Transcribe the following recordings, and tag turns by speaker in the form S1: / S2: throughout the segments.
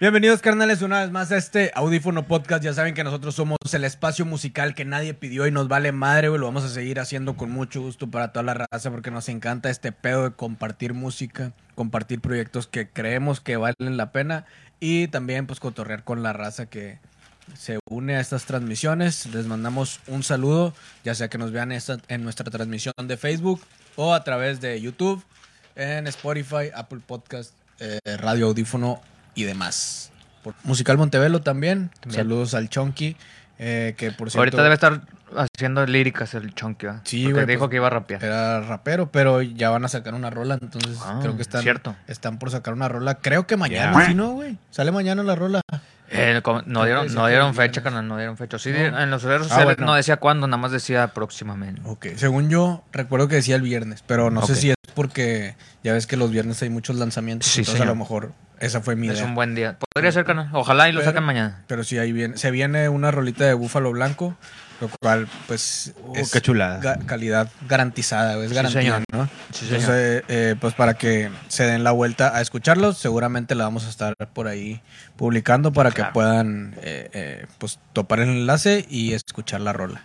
S1: Bienvenidos, carnales, una vez más a este Audífono Podcast. Ya saben que nosotros somos el espacio musical que nadie pidió y nos vale madre, güey. Lo vamos a seguir haciendo con mucho gusto para toda la raza porque nos encanta este pedo de compartir música, compartir proyectos que creemos que valen la pena y también, pues, cotorrear con la raza que se une a estas transmisiones. Les mandamos un saludo, ya sea que nos vean esta- en nuestra transmisión de Facebook o a través de YouTube, en Spotify, Apple Podcast, eh, Radio Audífono y demás. Por Musical Montevelo también.
S2: También.
S1: Saludos al Chonky, eh, que por cierto
S2: Ahorita debe estar haciendo líricas el chonky, ¿va?
S1: Sí,
S2: Porque
S1: güey,
S2: dijo
S1: pues,
S2: que iba a rapear.
S1: era rapero, pero ya van a sacar una rola, entonces
S2: Ah,
S1: creo que están,
S2: cierto.
S1: están por sacar una rola. Creo que mañana,
S2: Ya.
S1: si no, güey. Sale mañana la rola.
S2: Eh, como- no dieron,
S1: decía
S2: no
S1: que
S2: dieron
S1: viernes.
S2: fecha, carnal, no dieron fecha. Sí,
S1: No. Ah,
S2: dieron- en los redes sociales
S1: bueno.
S2: no decía cuándo, nada más decía próximamente.
S1: Ok, según yo, recuerdo que decía el viernes, pero no
S2: Ok.
S1: sé si es porque ya ves que los viernes hay muchos lanzamientos,
S2: Sí,
S1: entonces a lo
S2: señor.
S1: mejor esa fue mi
S2: Es
S1: idea.
S2: un buen día. Podría ser, carnal. Ojalá y lo
S1: Pero-
S2: saquen mañana.
S1: Pero sí, ahí viene, se viene una rolita de Búfalo Blanco, lo cual, pues,
S3: Uh, qué chulada.
S1: ga- calidad garantizada, es
S2: Oh, Sí,
S1: garantía,
S2: señor.
S1: ¿no?
S2: Sí, señor.
S1: Entonces, eh, pues para que se den la vuelta a escucharlos, seguramente la vamos a estar por ahí publicando para que
S2: Claro.
S1: puedan, eh, eh, pues, topar el enlace y escuchar la rola.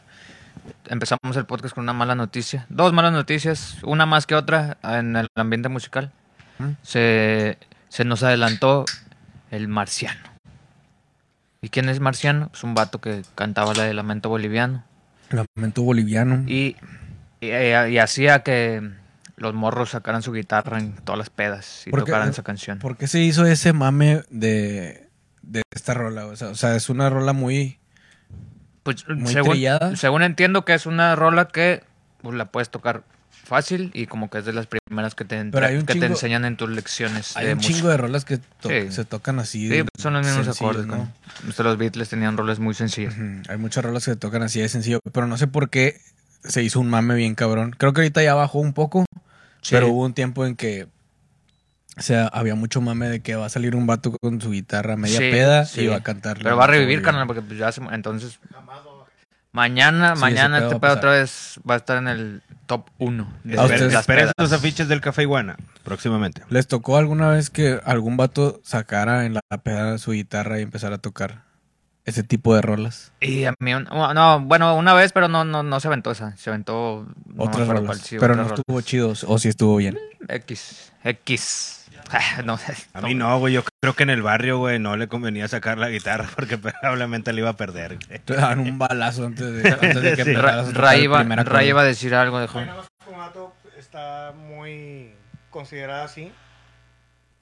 S2: Empezamos el podcast con una mala noticia. Dos malas noticias, una más que otra en el ambiente musical.
S1: ¿Mm?
S2: Se, se nos adelantó el marciano. ¿Y quién es marciano? Es un vato que cantaba la de Lamento Boliviano.
S1: Lamento boliviano.
S2: Y, y- eh, y hacía que los morros sacaran su guitarra en todas las pedas y
S1: ¿Por qué? Eh,
S2: tocaran esa canción.
S1: ¿Por qué se hizo ese mame de, de esta rola? O sea, o sea, es una rola muy...
S2: Pues,
S1: muy trillada.
S2: según, según entiendo que es una rola que pues, la puedes tocar fácil y como que es de las primeras que te,
S1: Pero hay un
S2: que te
S1: chingo-
S2: enseñan en tus lecciones
S1: Hay
S2: de
S1: un
S2: música.
S1: chingo de rolas que to-
S2: Sí.
S1: se tocan así.
S2: Sí, pues, son los mismos
S1: sencillos,
S2: acordes.
S1: ¿no?
S2: ¿no? Ustedes Los Beatles tenían roles muy sencillos.
S1: Ujú, Hay muchas rolas que se tocan así de sencillo, pero no sé por qué se hizo un mame bien cabrón. Creo que ahorita ya bajó un poco,
S2: Sí.
S1: pero hubo un tiempo en que... O sea, había mucho mame de que va a salir un vato con su guitarra media
S2: Sí,
S1: peda
S2: sí.
S1: y va a cantar.
S2: Pero va a revivir, carnal,
S1: Boliviano.
S2: porque pues, ya se- entonces... Mañana,
S1: Sí,
S2: mañana
S1: ese pedo
S2: este
S1: va a
S2: pedo otra vez va a estar en el top 1.
S1: A
S3: Espera-
S1: ustedes-
S3: esperen los afiches del Café Iguana próximamente.
S1: ¿Les tocó alguna vez que algún vato sacara en la peda su guitarra y empezara a tocar ese tipo de rolas?
S2: Y a mí, un- no, no, bueno, una vez, pero no, no, no se aventó esa. Se aventó. no me
S1: otras
S2: acuerdo
S1: rolas.
S2: cuál, sí,
S1: pero no
S2: otras
S1: estuvo
S2: rolas.
S1: chido, o si estuvo bien.
S2: X. X. Ah, no sé.
S3: A mí no, güey. Yo creo que en el barrio, güey, no le convenía sacar la guitarra porque probablemente le iba a perder. güey.
S1: Te dan un balazo antes de, antes de que
S3: Sí.
S2: Ra-
S1: empezaras a tocar
S2: Ray
S1: el
S2: iba,
S1: primer acorde.
S2: Ray iba a decir algo. Dejó.
S4: Buena Vasco como dato está muy considerada así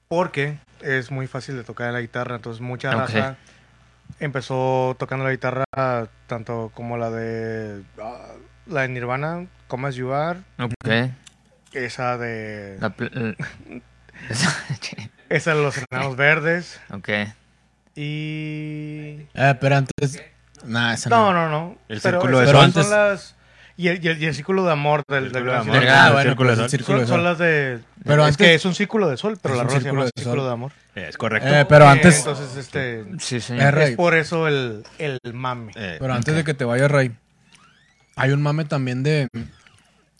S4: porque es muy fácil de tocar la guitarra, entonces mucha
S2: Ok.
S4: raza empezó tocando la guitarra tanto como la de ah, la de Nirvana, Come As You Are,
S2: Ok.
S4: esa de
S2: La pl-
S4: esa de los enanos verdes
S2: ok.
S4: y
S1: Ah, pero antes. Nah, esa
S4: no,
S1: no.
S4: no, no.
S3: El
S4: pero
S3: Círculo de
S4: esas
S1: Sol.
S4: son las- y el, y el- y el círculo de amor del,
S3: Círculo
S4: del
S3: de
S4: Gran
S3: Amor.
S4: Silencio.
S1: Ah,
S3: El
S1: bueno,
S3: Círculo
S1: pues
S3: de
S1: el
S3: Sol.
S1: círculo de
S4: son, son
S1: sol.
S4: las de
S1: Pero
S4: es
S1: antes-
S4: que es un círculo de sol, pero
S1: Es
S4: la
S1: un
S4: rola se
S1: círculo
S4: llama
S1: de
S4: círculo
S1: sol.
S4: de amor.
S3: Es correcto.
S1: Eh, pero antes.
S4: Entonces, este.
S2: Sí,
S1: Eh,
S2: señor.
S1: Ray.
S4: Es por eso el, el mame.
S3: Eh,
S1: Pero antes de que te vaya, Ray. Hay un mame también de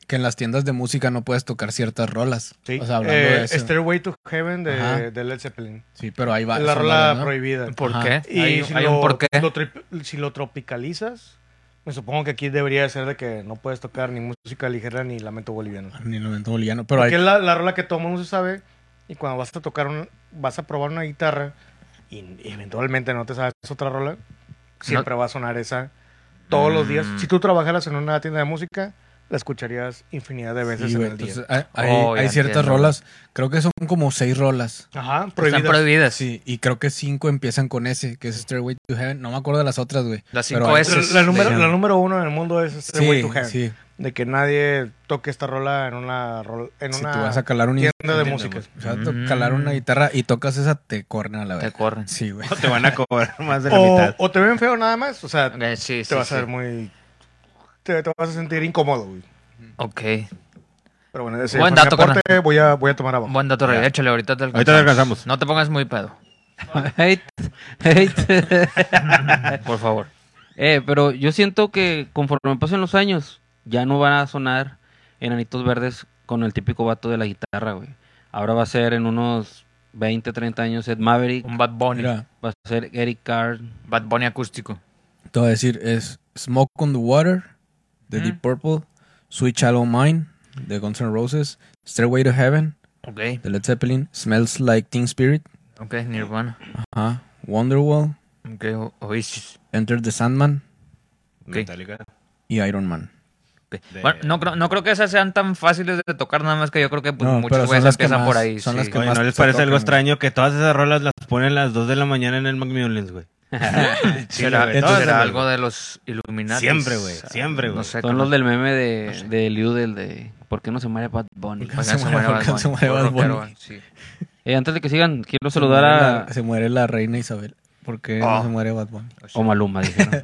S1: que en las tiendas de música no puedes tocar ciertas rolas.
S4: Sí.
S1: O sea, hablando
S4: Eh,
S1: de eso.
S4: Stairway to Heaven
S1: Ajá.
S4: de, de Led Zeppelin.
S1: Sí, pero ahí va.
S4: la
S1: son
S4: rola
S1: varias, ¿no?
S4: prohibida.
S2: ¿Por
S1: Ajá.
S2: qué?
S4: Y
S2: hay,
S4: si,
S2: hay
S4: lo,
S2: un por qué.
S4: lo tri- si lo tropicalizas, me supongo que aquí debería ser de que no puedes tocar ni música ligera ni lamento boliviano.
S1: Ni el momento boliviano. Pero
S4: Porque
S1: hay.
S4: es la, la rola que todo el mundo se sabe. Y cuando vas a tocar, un- vas a probar una guitarra y eventualmente no te sabes otra rola, siempre va a sonar esa todos los días.
S2: Mm.
S4: Si tú trabajaras en una tienda de música, la escucharías infinidad de veces
S1: Sí,
S4: en
S1: güey,
S4: el día.
S1: entonces, hay, hay-
S2: Oh, ya
S1: hay ciertas
S2: entiendo.
S1: rolas. Creo que son como seis rolas.
S4: Ajá,
S2: Están
S4: prohibidas.
S2: prohibidas.
S1: Sí, y creo que cinco empiezan con ese, que es Stairway to Heaven. No me acuerdo de las otras, güey.
S2: Las
S1: Pero
S2: cinco
S1: hay-
S2: S.
S4: La, la número,
S1: Sí.
S4: la número uno en el mundo es este Way to Heaven.
S1: sí.
S4: De que nadie toque esta rola en una, rol- en
S1: Si
S4: una Mm.
S1: tú vas a calar un
S4: tienda de
S3: tienda,
S4: música.
S3: güey.
S1: O sea, to- calar una guitarra y tocas esa, te corren a la
S2: Te
S1: vez.
S2: corren.
S1: Sí, güey.
S3: no te van a cobrar más de la
S4: O,
S3: mitad.
S4: o te ven feo nada más, o sea,
S2: Ok,
S4: te
S2: sí, sí,
S4: vas
S2: sí.
S4: a ver muy... Te, te vas a sentir incómodo, güey.
S2: Ok.
S4: Pero bueno, ese
S2: Buen
S4: fue mi
S2: dato,
S4: aporte, voy a, voy a tomar abajo.
S2: Buen dato, Ray. Échale, ahorita te alcanzamos.
S3: Ahorita te alcanzamos.
S2: No te pongas muy pedo. Hate. Hate. Por favor.
S5: Eh, pero yo siento que conforme pasen los años, ya no van a sonar enanitos verdes con el típico vato de la guitarra, güey. Ahora va a ser en unos 20, 30 años, Ed Maverick,
S2: Un Bad Bunny.
S1: Mira,
S5: va a ser Eric Carr.
S2: Bad Bunny acústico.
S1: te voy a decir, es Smoke on the Water, de
S4: Mm.
S1: Deep Purple, Sweet Shallow Mind, de Guns N' Roses, Stairway to Heaven,
S2: Ok,
S1: de Led Zeppelin, Smells Like Teen Spirit,
S2: ok, Nirvana.
S1: ajá, Wonderwall,
S2: Ok, O- Oasis.
S1: Enter the Sandman
S2: Ok.
S3: Metallica.
S1: y Iron Man.
S2: ok.
S3: De-
S2: Bueno, no, creo- no creo que esas sean tan fáciles de tocar, nada más que yo creo que pues,
S1: No, pero
S2: muchos
S1: son
S2: güeyes
S1: las que
S2: empiezan por
S1: más-
S2: ahí.
S1: son
S2: sí.
S1: las que
S3: Oye,
S1: más
S3: ¿no les
S1: se
S3: parece
S1: tocan,
S3: algo
S1: güey?
S3: extraño que todas esas rolas las ponen a las 2 de la mañana en el McMullins, güey? Al chile,
S2: Será,
S3: güey,
S1: entonces
S3: todas
S2: será
S3: esas-
S2: algo de los Illuminati.
S3: Siempre, güey, siempre, güey.
S2: No sé,
S5: Son los del meme de, de Liudel de ¿Por qué no se muere Bad Bunny?
S1: Porque- Se muere Bad Bunny, se muere Bad Bunny.
S5: Eh, antes de que sigan, quiero saludar a
S1: Se muere la reina Isabel. porque
S2: Oh.
S3: Ah.
S1: no se muere Bad Bunny?
S5: o Oh, Maluma, dijeron.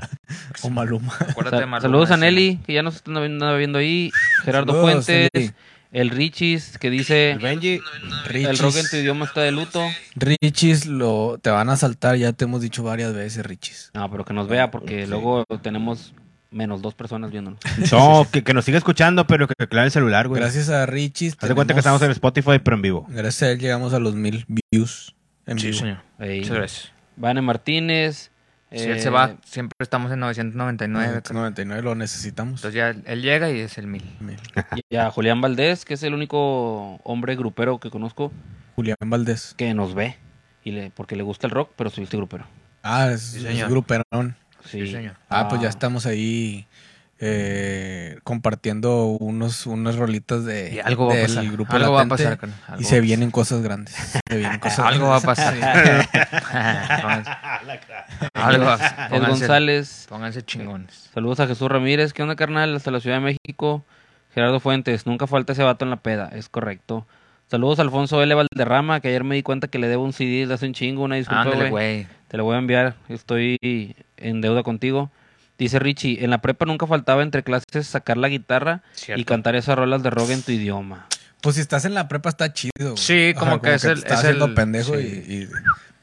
S1: O Maluma.
S5: Sal- Saludos a Nelly, que ya nos están viendo, viendo ahí. Gerardo
S1: Saludos,
S5: Fuentes,
S1: Nelly.
S5: el Richis, que dice
S3: El Benji,
S5: el rock en tu
S1: Richis.
S5: idioma está de luto.
S1: Richis, lo, te van a saltar, ya te hemos dicho varias veces, Richis.
S5: No, pero que nos vea, porque luego tenemos menos dos personas viéndonos.
S3: No, que, que nos siga escuchando, pero que aclare el celular, güey. Gracias.
S1: Gracias a Richis.
S3: Haz de cuenta que
S1: tenemos-
S3: estamos en Spotify, pero en vivo.
S1: Gracias a él llegamos a los mil views. En
S2: Sí,
S1: vivo.
S2: señor.
S5: Ahí.
S2: Muchas gracias.
S5: Vane Martínez.
S2: Si
S5: eh,
S2: él se va, siempre estamos en
S1: eh,
S2: 999.
S1: 99 lo necesitamos.
S2: Entonces ya él llega y es el 1000.
S1: Mil.
S5: eh, Y a Julián Valdés, que es el único hombre grupero que conozco
S1: Julián Valdés.
S5: que nos ve. Y le, porque le gusta el rock, pero soy este grupero.
S1: Ah, es,
S2: Sí,
S1: es
S2: señor.
S1: gruperón.
S5: Sí,
S2: señor.
S1: Ah, pues ya estamos ahí eh, compartiendo unos, unas rolitas de,
S2: Y algo va a
S1: Eh, del
S2: pasar.
S1: grupo
S2: Algo va a
S1: Latente
S2: pasar, carnal. Algo
S1: y
S2: va
S1: se
S2: a
S1: vienen cosas grandes. Se vienen
S2: pasar.
S1: cosas
S2: Algo va a
S1: grandes.
S2: pasar. Algo va a pasar.
S5: Ah, Ed
S2: Pónganse-
S5: González.
S2: Pónganse chingones.
S5: Saludos a Jesús Ramírez. ¿Qué onda, carnal? Hasta la Ciudad de México. Gerardo Fuentes. Nunca falta ese vato en la peda. Es correcto. Saludos a Alfonso L. Valderrama, que ayer me di cuenta que le debo un CD le hace un chingo. Una disculpa,
S2: Ándale,
S5: güey.
S2: güey.
S5: Te lo voy a enviar. Estoy en deuda contigo. Dice Richie, en la prepa nunca faltaba entre clases sacar la guitarra y
S2: Cierto.
S5: cantar esas rolas de rock en tu idioma.
S1: Pues si estás en la prepa está chido. güey.
S2: Sí, como que es
S1: te
S2: el-
S1: Estás
S2: es
S1: haciendo
S2: el-
S1: pendejo
S2: sí.
S1: y, y-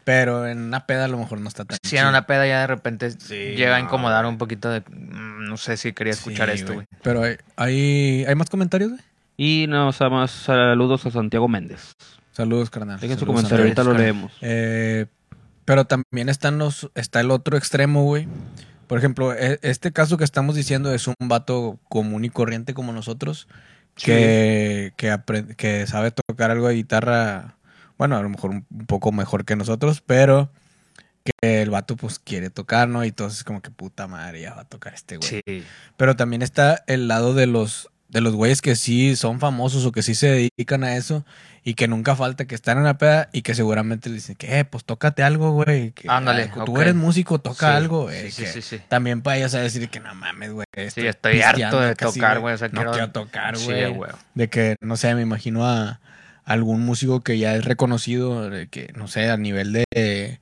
S1: Pero en una peda a lo mejor no está tan
S2: Si en
S1: chido.
S2: una peda ya de repente
S3: Sí,
S2: llega a
S3: no.
S2: incomodar un poquito de... mm, No sé si quería escuchar
S1: Sí,
S2: esto, güey.
S1: Pero hay, hay, ¿hay más comentarios, güey.
S5: Y nos más saludos a Santiago Méndez.
S1: Saludos, carnal.
S5: Dejen su
S1: Saludos,
S5: comentario,
S1: Andrés.
S5: ahorita lo
S2: Carlos.
S5: leemos.
S1: Eh, pero también están los, está el otro extremo, güey. Por ejemplo, e- este caso que estamos diciendo es un vato común y corriente como nosotros, que, que, apre- que sabe tocar algo de guitarra, bueno, a lo mejor un un poco mejor que nosotros, pero que el vato pues quiere tocar, ¿no? Y entonces como que puta madre, ya va a tocar este güey.
S2: Sí.
S1: Pero también está el lado de los de los güeyes que sí son famosos o que sí se dedican a eso y que nunca falta que están en la peda y que seguramente le dicen que eh, pues tócate algo, güey. que,
S2: Ándale,
S1: ay, Tú
S2: ok.
S1: eres músico, toca
S2: Sí,
S1: algo, güey.
S2: sí,
S1: que
S2: sí, sí.
S1: También para ellos a decir que no mames, güey.
S2: Sí, estoy harto de
S1: pisteando casi,
S2: tocar, güey. O sea,
S1: no quiero, tocar,
S2: Sí,
S1: güey.
S2: güey.
S1: de que, no sé, me imagino a algún músico que ya es reconocido, de que, no sé, a nivel de... eh,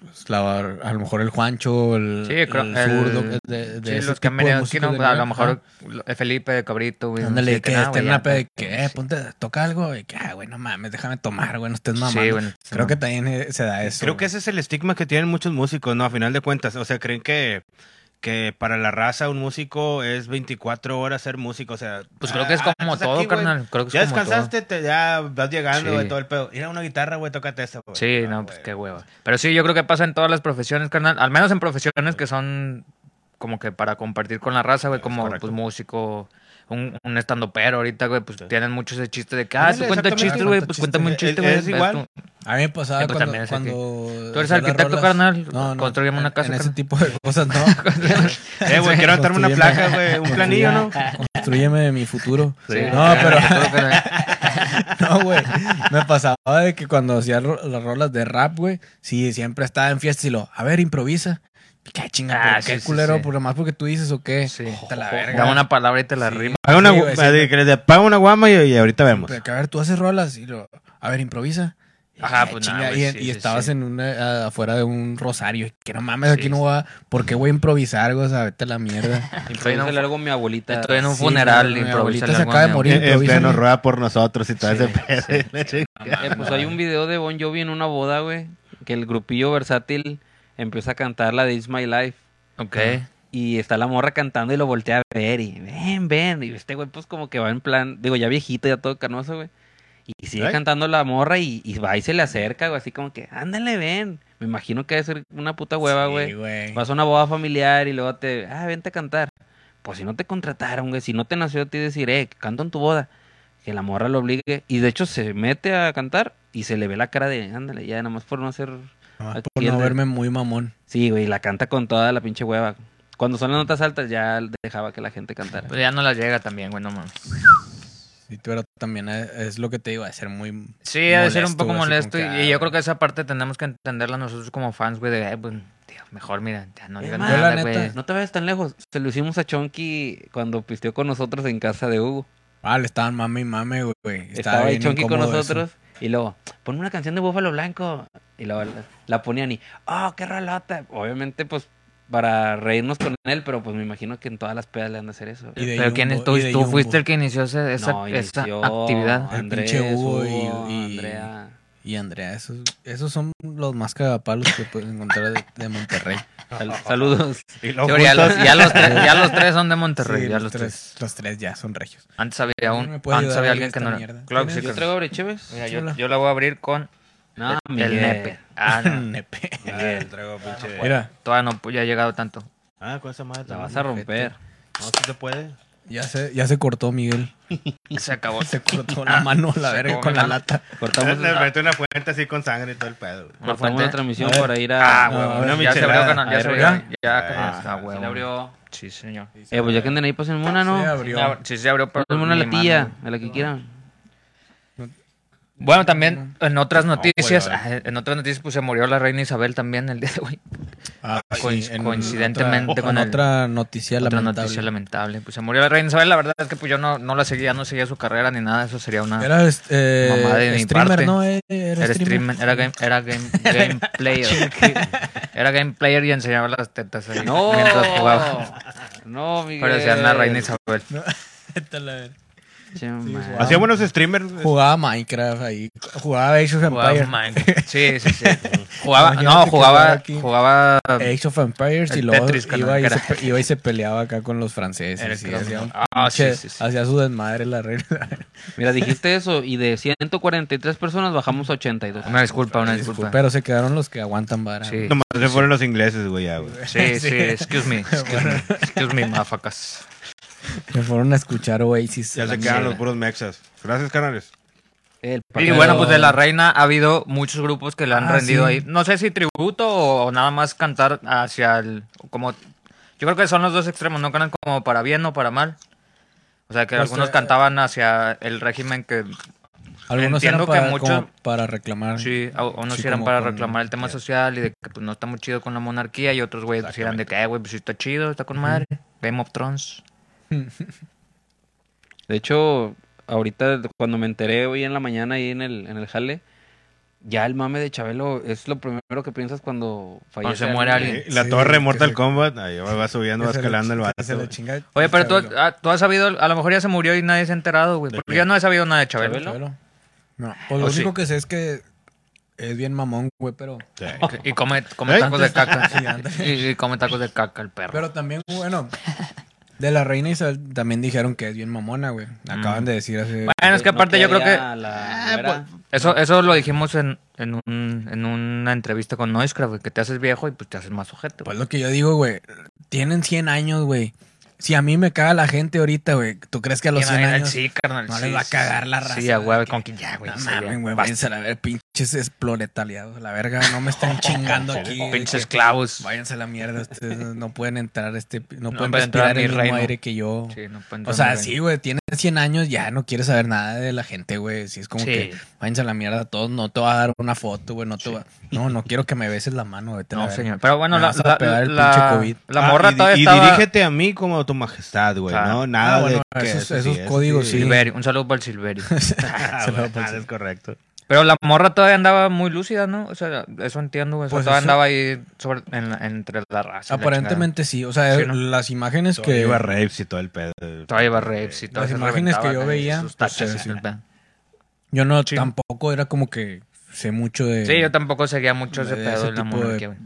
S1: pues, la- a lo mejor el Juancho, el,
S2: Sí, creo-
S1: el
S2: el-
S1: zurdo, que- de, de
S2: sí,
S1: ese
S2: los que han
S1: tipo de
S2: venido aquí,
S1: músicos
S2: ¿no?
S1: de
S2: a
S1: nivel,
S2: lo
S1: ajá.
S2: mejor lo- eh, Felipe de Cabrito, güey. no
S1: Ándale,
S2: sé
S1: que
S2: qué, nada,
S1: esté en
S2: güey,
S1: una
S2: ya,
S1: peda de
S2: pues,
S1: que, eh, ponte, toca algo, y que, ah, güey, no mames, déjame tomar, güey, no estés mamando.
S2: bueno, sí,
S1: Creo
S2: no.
S1: que también eh, se da eso.
S3: Creo
S1: güey.
S3: que ese es el estigma que tienen muchos músicos, ¿no? A final de cuentas, o sea, creen que, que para la raza un músico es 24 horas ser músico, o sea...
S2: Pues creo que es
S3: ah,
S2: como
S3: estás
S2: todo,
S3: aquí, güey,
S2: carnal. Creo que es
S3: Ya
S2: como
S3: descansaste, te- ya vas llegando,
S2: Sí.
S3: güey, todo el pedo. Ir a una guitarra, güey, tócate esta, güey.
S2: todo. Sí,
S3: Ah,
S2: no,
S3: güey.
S2: pues qué hueva. Pero sí, yo creo que pasa en todas las profesiones, carnal. Al menos en profesiones que son como que para compartir con la raza, güey, como
S3: correcto.
S2: pues músico, un, un estandopero ahorita, güey, pues tienen mucho ese chiste de que, ah,
S3: Ándale,
S2: se cuenta
S3: exactamente.
S2: chistes, güey,
S3: Cuenta
S2: pues
S3: chistes.
S2: cuéntame un
S3: Es-
S2: chiste, güey.
S3: es
S2: Ves
S3: igual.
S2: tú.
S1: A mí me pasaba
S2: Eh, pues,
S1: cuando...
S2: también es
S1: cuando
S2: Tú eres
S1: hacía las
S2: arquitecto,
S1: rolas-
S2: carnal, constrúyeme una
S1: en-
S2: casa,
S1: En ese
S2: carnal.
S1: tipo de cosas, no.
S3: Eh, güey, quiero atarme una
S1: Construyeme-
S3: placa, güey, un planillo, ¿no?
S1: Construyeme mi futuro.
S2: Sí.
S1: No, pero...
S2: Creo que-
S1: No, güey. Me pasaba de que cuando hacía ro- las rolas de rap, güey, sí, siempre estaba en fiestas y lo, a ver, improvisa. Qué chingada,
S2: Ah,
S1: pero qué
S2: sí, sí,
S1: culero,
S2: sí.
S1: por lo más porque tú dices o qué.
S2: eh, Sí.
S1: Vete a la verga.
S2: Da una palabra y te la
S1: Sí,
S2: rima.
S3: Paga una,
S1: sí,
S3: gu-
S1: güey,
S3: así
S1: siempre.
S3: que le- paga una guama y, y ahorita vemos.
S2: pues,
S1: Pero que, a ver, tú haces rolas y lo, a ver, improvisa.
S2: Ajá,
S1: Ay,
S2: pues,
S1: chinga,
S2: nah, güey,
S1: y,
S2: sí,
S1: y
S2: sí,
S1: estabas
S2: sí.
S1: en una, a- afuera de un rosario. y Que no mames,
S2: Sí,
S1: aquí no
S2: sí.
S1: va. ¿Por qué voy a improvisar, güey? O sea, vete a la mierda.
S2: Estoy en un-
S5: Improvísale algo a mi abuelita.
S2: Estoy en un
S1: Sí,
S2: funeral,
S1: mi
S2: improvisa
S1: abuelita se
S2: algo,
S1: acaba de
S2: mi
S1: morir.
S3: Eh, eh,
S1: improvisa,
S3: usted nos
S1: ¿no?
S3: rueda por nosotros y todo
S2: Sí,
S3: ese pedo.
S2: sí.
S3: La chingada.
S5: Eh, pues hay un video de Bon Jovi en una boda, güey, que el grupillo versátil empieza a cantar la de It's My Life.
S2: Ok.
S5: Y está la morra cantando y lo voltea a ver y ven, ven. Y este güey pues como que va en plan, digo, ya viejito, ya todo canoso, güey. Y sigue
S3: Ay.
S5: cantando la morra y, y va y se le acerca, güey, así como que, ándale, ven. Me imagino que debe ser una puta hueva, güey.
S1: Sí, güey.
S5: Vas a una boda familiar y luego te, ah, vente a cantar. Pues si no te contrataron, güey, si no te nació a ti decir, eh, canto en tu boda, que la morra lo obligue. Y de hecho se mete a cantar y se le ve la cara de, ándale, ya, nada más por no hacer.
S1: Nomás
S5: Aquí
S1: Por
S5: el
S1: no
S5: de-
S1: verme muy mamón.
S5: Sí, güey, la canta con toda la pinche hueva. Cuando son las notas altas ya dejaba que la gente cantara.
S2: Pero pues ya no la llega también, güey, no mames.
S1: Sí, pero también es es lo que te digo, de ser muy.
S2: Sí, ha de ser un
S1: molesto,
S2: poco
S1: güey, así
S2: molesto. Y,
S1: como que,
S2: y
S1: ah,
S2: yo creo que esa parte tenemos que entenderla nosotros como fans, güey, de, eh, pues, tío, mejor mira, ya no
S5: Eh,
S2: digan
S5: ma,
S1: yo
S2: nada,
S1: la neta-
S2: güey.
S5: No te vayas tan lejos. Se lo hicimos a Chonky cuando pisteó con nosotros en casa de Hugo.
S1: Ah, le estaban mame y mame, güey.
S5: Estaba, ahí
S1: bien
S5: Chonky con
S1: incómodo eso.
S5: nosotros y luego, pon una canción de Búfalo Blanco. Y luego la, la ponían y, oh, qué rolota. Obviamente, pues, para reírnos con él, pero pues me imagino que en todas las pedas le han de hacer eso.
S1: Y de
S2: Pero quién es
S1: Jumbo,
S2: tú,
S1: y de
S2: tú fuiste
S1: Jumbo.
S2: el que inició ese- esa,
S5: No,
S2: esa
S5: inició
S2: actividad.
S1: El
S5: Andrés,
S1: pinche Hugo y-
S5: Hugo,
S1: y-
S5: Andrea.
S1: Y Andrea, esos, esos son los más cagapalos que puedes encontrar de, de Monterrey.
S5: Sal- saludos.
S3: Y luego
S2: Sí, ya, los,
S3: juntos-
S2: ya los tres, ya los tres son de Monterrey,
S1: Sí,
S2: ya
S1: los,
S2: los tres.
S1: tres, los tres ya son regios.
S2: Antes había
S1: No
S2: un,
S1: me puede
S2: antes
S1: ayudar
S2: había
S1: a
S2: alguien
S1: abrir
S2: que
S1: esta
S2: no era.
S1: mierda.
S2: Claro que sí,
S1: ¿Tienes?
S5: ¿Yo
S2: carnal.
S5: traigo abrecheves?
S2: Mira,
S1: Chula.
S2: yo, yo la voy a abrir con
S5: No,
S2: el
S5: Miguel.
S2: nepe. Ah, no,
S1: Nepe.
S5: Miguel,
S3: Traigo Ah, pinche-
S1: Mira,
S2: todavía no pues, ya he llegado tanto.
S3: Ah, con esa madre.
S5: la
S3: también.
S5: vas a romper.
S3: No, si se puede.
S1: ya se, ya se cortó Miguel.
S2: Se acabó.
S1: Se cortó la mano a la
S2: Ah, Se
S1: verga
S2: acabó
S1: con
S2: mi
S1: la
S2: mano.
S1: lata.
S5: Cortamos,
S3: Le mete una fuente así con sangre y todo el pedo. güey.
S2: Una
S5: cortamos
S2: fuente.
S5: la transmisión
S1: A ver.
S5: para ir a...
S3: Ah,
S1: no,
S3: güey,
S1: a ver,
S3: una
S2: ya se abrió,
S3: michelada.
S2: carnal, ya
S5: Ahí
S2: se
S5: abrió.
S2: abrió. Ya,
S3: Ah,
S2: carnal, está
S5: Se
S2: huevo.
S5: le abrió.
S2: Sí, señor.
S5: Eh, pues ya que anden ahí, pasen una, ¿no?
S1: Se
S2: Sí,
S1: abrió.
S2: me abr- sí, se abrió, pero
S5: Pásenme una
S2: mi mano,
S5: latilla,
S2: güey.
S5: a la que quieran.
S2: Bueno, también en otras noticias,
S3: güey, a
S2: ah, en otras noticias pues se murió la reina Isabel también el día de hoy.
S1: Ah,
S2: Coinc-
S1: en
S2: coincidentemente
S1: otra,
S2: con
S1: en
S2: el-
S1: otra noticia
S2: Otra
S1: lamentable.
S2: noticia lamentable. Pues se murió la reina Isabel, la verdad es que pues yo no, no la seguía, no seguía su carrera ni nada, eso sería una...
S1: Era est- eh,
S2: Mamá de mi
S1: streamer,
S2: parte.
S1: ¿no? Eh, Era,
S2: Era
S1: streamer.
S2: streamer, era game, era game, game player. Era game player y enseñaba las tetas ahí
S5: No,
S2: mientras jugaba.
S5: no, Miguel.
S2: Pero decían la reina Isabel.
S1: Vete a la verga.
S5: Che, madre.
S3: Hacía buenos streamers.
S1: Jugaba Minecraft ahí. Jugaba Age of
S2: Jugaba
S1: Empires.
S2: Minecraft. Sí, sí, sí. Jugaba,
S1: Imagínate
S2: no,
S1: que
S2: jugaba,
S1: fuera aquí.
S2: jugaba
S1: Age of Empires y
S2: El
S1: luego
S2: Tetris, carnal,
S1: iba, y
S2: que
S1: se,
S2: era.
S1: pe- iba y se peleaba acá con los
S2: Era
S1: franceses. sí,
S2: como-
S1: hacía, un
S2: Ah, sí,
S1: pinche-
S2: sí, sí.
S1: hacía su desmadre la regla.
S5: Mira, dijiste eso y de 143 personas bajamos a 82.
S2: Una disculpa, una disculpa.
S1: Disculpa, Pero se quedaron los que aguantan vara.
S2: Sí,
S3: Nomás se fueron los ingleses, güey, ya, güey.
S2: sí, sí, excuse me, excuse me, excuse me, mafacas.
S1: Se fueron a escuchar Oasis.
S3: Ya
S1: La
S3: se quedan
S1: mierda.
S3: los puros mexas. Gracias, canales.
S5: El
S2: Y
S5: partido-
S2: bueno, pues de la reina ha habido muchos grupos que le han
S1: Ah,
S2: rendido
S1: sí.
S2: ahí. No sé si tributo o, o nada más cantar hacia el. como Yo creo que son los dos extremos, no cantan como para bien o para mal. O sea, que
S1: Pues,
S2: algunos
S1: eh,
S2: cantaban hacia el régimen que.
S1: Algunos
S2: Entiendo
S1: eran para,
S2: que mucho-
S1: como para reclamar.
S2: Sí, a- unos
S1: Sí,
S2: eran
S1: como
S2: para
S1: con-
S2: reclamar el tema social y de que pues, no está muy chido con la monarquía, y otros, güey, pues, eran de que, "Eh, güey, pues sí está chido, está con madre. Game of Thrones. eh.
S5: De hecho, ahorita cuando me enteré hoy en la mañana ahí en el, en el jale, ya el mame de Chabelo es lo primero que piensas cuando fallece.
S2: se muere alguien.
S3: Eh, La
S1: Sí,
S3: torre
S1: que
S3: Mortal
S1: se-
S3: Kombat. Ahí va va subiendo, va
S1: Que se le
S3: escalando el
S1: chinga-
S3: vato.
S1: que se le
S3: güey.
S1: chinga-
S2: Oye, pero tú,
S1: Chabelo.
S2: ah, tú has sabido, a lo mejor ya se murió y nadie se ha enterado, güey.
S3: ¿De
S2: Porque
S3: qué?
S2: yo no he sabido nada de Chabelo.
S1: Chabelo. No, pues
S3: Oh,
S1: lo
S2: ¿O
S1: único
S2: sí?
S1: que sé es que es bien mamón, güey, pero.
S3: Sí.
S2: Y come, come
S3: ¿Eh?
S2: tacos de caca.
S1: Sí, ándale.
S2: y, y come tacos de caca el perro.
S1: Pero también, bueno, de la reina Isabel también dijeron que es bien mamona, güey. Acaban de decir hace.
S2: bueno, es que aparte yo creo que pues,
S5: que...
S2: eso, eso lo dijimos en, en, un, en una entrevista con Noiscraft, güey, que te haces viejo y pues te haces más ojete. güey.
S1: Pues lo que yo digo, güey. Tienen 100 años, güey. Si a mí me caga la gente ahorita, güey, ¿tú crees que a los
S2: Sí,
S1: 100
S2: no,
S1: años
S2: sí, carnal.
S1: no
S2: sí,
S1: les va a
S2: sí,
S1: cagar la
S2: sí,
S1: raza?
S2: Sí, a
S1: güey?
S2: hueven con que ya, güey.
S1: No
S2: sí,
S1: mames,
S2: ya,
S1: güey,
S2: basta,
S1: váyanse a la ver, pinches esploretaliados, la verga, no me están chingando aquí. güey,
S2: pinches
S1: que-
S2: esclavos.
S1: Váyanse a la mierda, ustedes no pueden entrar, este, no,
S2: No
S1: pueden
S2: pueden entrar a
S1: respirar
S2: mi
S1: el mismo
S2: reino.
S1: aire que yo.
S2: Sí, no pueden
S1: O sea,
S2: dormir,
S1: sí,
S2: güey.
S1: güey, tienes 100 años, ya no quieres saber nada de la gente, güey. Si es como
S2: Sí.
S1: que váyanse a la mierda a todos, no te va a dar una foto, güey, no te va... No, no quiero que me beses la mano, vete a la
S2: No,
S1: verga.
S2: señor. Pero bueno,
S1: Me
S2: la,
S1: vas a
S2: la,
S1: pegar el
S2: la-
S1: pinche COVID.
S2: la
S3: Ah,
S2: morra
S3: y, di-
S2: todavía
S3: y
S2: estaba...
S3: dirígete a mí como tu majestad, güey,
S2: Claro.
S3: ¿no? Nada
S1: Ah, bueno,
S3: de que
S1: esos-
S3: eso
S1: esos
S3: eso
S1: códigos, sí.
S2: Silverio. Un saludo para el Silverio.
S3: Ah, güey, nada es correcto.
S2: Pero la morra todavía andaba muy lúcida, ¿no? O sea, eso entiendo, güey. O sea,
S1: Pues
S2: todavía
S1: eso-
S2: andaba ahí sobre- en la- entre la raza. y la
S1: Aparentemente sí, o sea,
S2: Sí, ¿no?
S1: las imágenes
S3: Que
S1: que...
S3: iba a rapes y todo el pedo.
S2: chingada. Todavía iba rapes y todo.
S1: eh, Las
S2: se
S1: imágenes que yo
S2: reventaban ahí
S1: veía,
S2: sus tacas
S1: pues,
S2: y
S1: sí.
S2: todo el pedo.
S1: Yo no,
S2: Sí.
S1: tampoco era como que sé mucho de...
S2: Sí, yo tampoco seguía mucho ese
S1: de
S2: pedo
S1: ese
S2: de la
S1: tipo de
S2: monarquía, güey.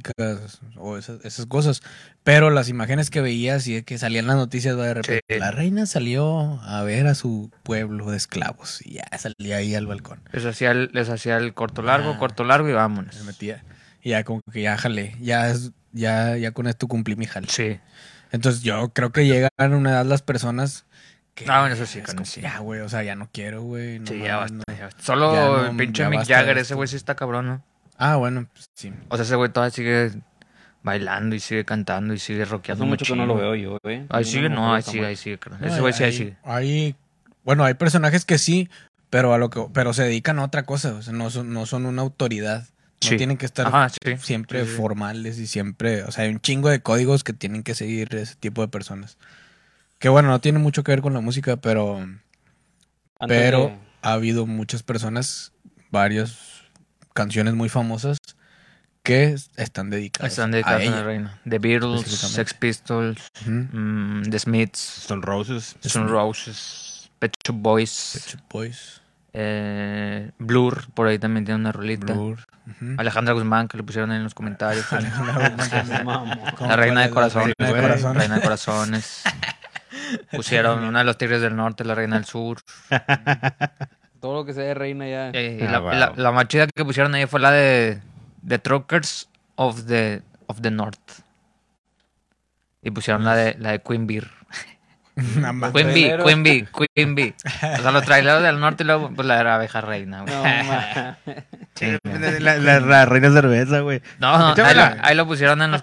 S1: políticas o esas, esas cosas. Pero las imágenes que veías y de que salían las noticias va de repente.
S2: Sí.
S1: La reina salió a ver a su pueblo de esclavos y ya salía ahí al balcón.
S2: Les hacía el, les hacía el corto largo,
S1: Ah.
S2: corto largo y vámonos.
S1: Se metía. Y ya como que ya jalé. Ya, es- ya, ya con esto cumplí mi jale.
S2: Sí.
S1: Entonces yo creo que llegan a una edad las personas que...
S2: Ah, bueno, eso sí,
S1: es
S2: con
S1: como,
S2: eso sí.
S1: Ya, güey, o sea, ya no quiero, güey. no
S2: Sí, ya
S1: mames,
S2: basta.
S1: no".
S2: ya basta. Solo
S1: Ya no,
S2: el pinche
S1: ya
S2: Mick
S1: basta de
S2: Jagger, ese
S1: esto.
S2: güey sí está cabrón, ¿no?
S1: Ah, bueno, pues, sí.
S2: O sea, ese güey todavía sigue bailando y sigue cantando y sigue
S5: Hace
S2: rockeando.
S5: mucho que no lo
S2: machín.
S5: veo yo, ¿eh? güey.
S2: Ahí sigue, no, ahí
S5: está
S2: sigue,
S5: mal.
S2: ahí sigue. creo.
S1: No,
S2: Ese
S1: hay-
S2: güey sí, ahí
S1: hay-
S2: sigue.
S1: hay- bueno, hay personajes que sí, pero a lo que, pero se dedican a otra cosa, o sea, no son, no son una autoridad. No
S2: Sí.
S1: tienen que estar
S2: Ajá, sí.
S1: siempre
S2: Sí, sí, sí.
S1: formales y siempre, o sea, hay un chingo de códigos que tienen que seguir ese tipo de personas. Que bueno, no tiene mucho que ver con la música, pero
S5: Antes
S1: pero
S5: de-
S1: ha habido muchas personas, varias canciones muy famosas que están dedicadas, a
S2: Están dedicados a la
S1: ella.
S2: reina. The Beatles,
S1: Específicamente.
S2: Sex Pistols,
S1: Ujú.
S2: mm, The Smiths,
S3: Son Roses.
S2: Sun Roses, Pet Shop Boys,
S1: Pet Shop Boys,
S2: eh, Blur, por ahí también tiene una rolita.
S1: Blur, ujú.
S2: Alejandra Guzmán, que lo pusieron en los comentarios. La
S1: ¿Cuál
S2: reina
S1: es
S2: de
S1: la
S2: corazones.
S1: reina de
S2: güey,
S1: corazones?
S2: reina de corazones. Pusieron una de los Tigres del Norte, la reina del Sur.
S5: Todo lo que sea de reina ya.
S2: Eh, y
S3: Ah,
S2: la,
S3: wow.
S2: la- la más chida que pusieron ahí fue la de The Truckers of the, of the North. Y pusieron la de, la de Queen Beer.
S1: Una ma-
S2: Queen Bee,
S5: Traileros.
S2: Queen Bee, Queen Bee. O sea, los traileros del norte y luego pues, la de la abeja reina. güey. Ah,
S5: No, ma.
S3: La, la- la reina cerveza, güey.
S2: No, no, ahí,
S3: Échamela.
S2: lo, ahí lo pusieron en los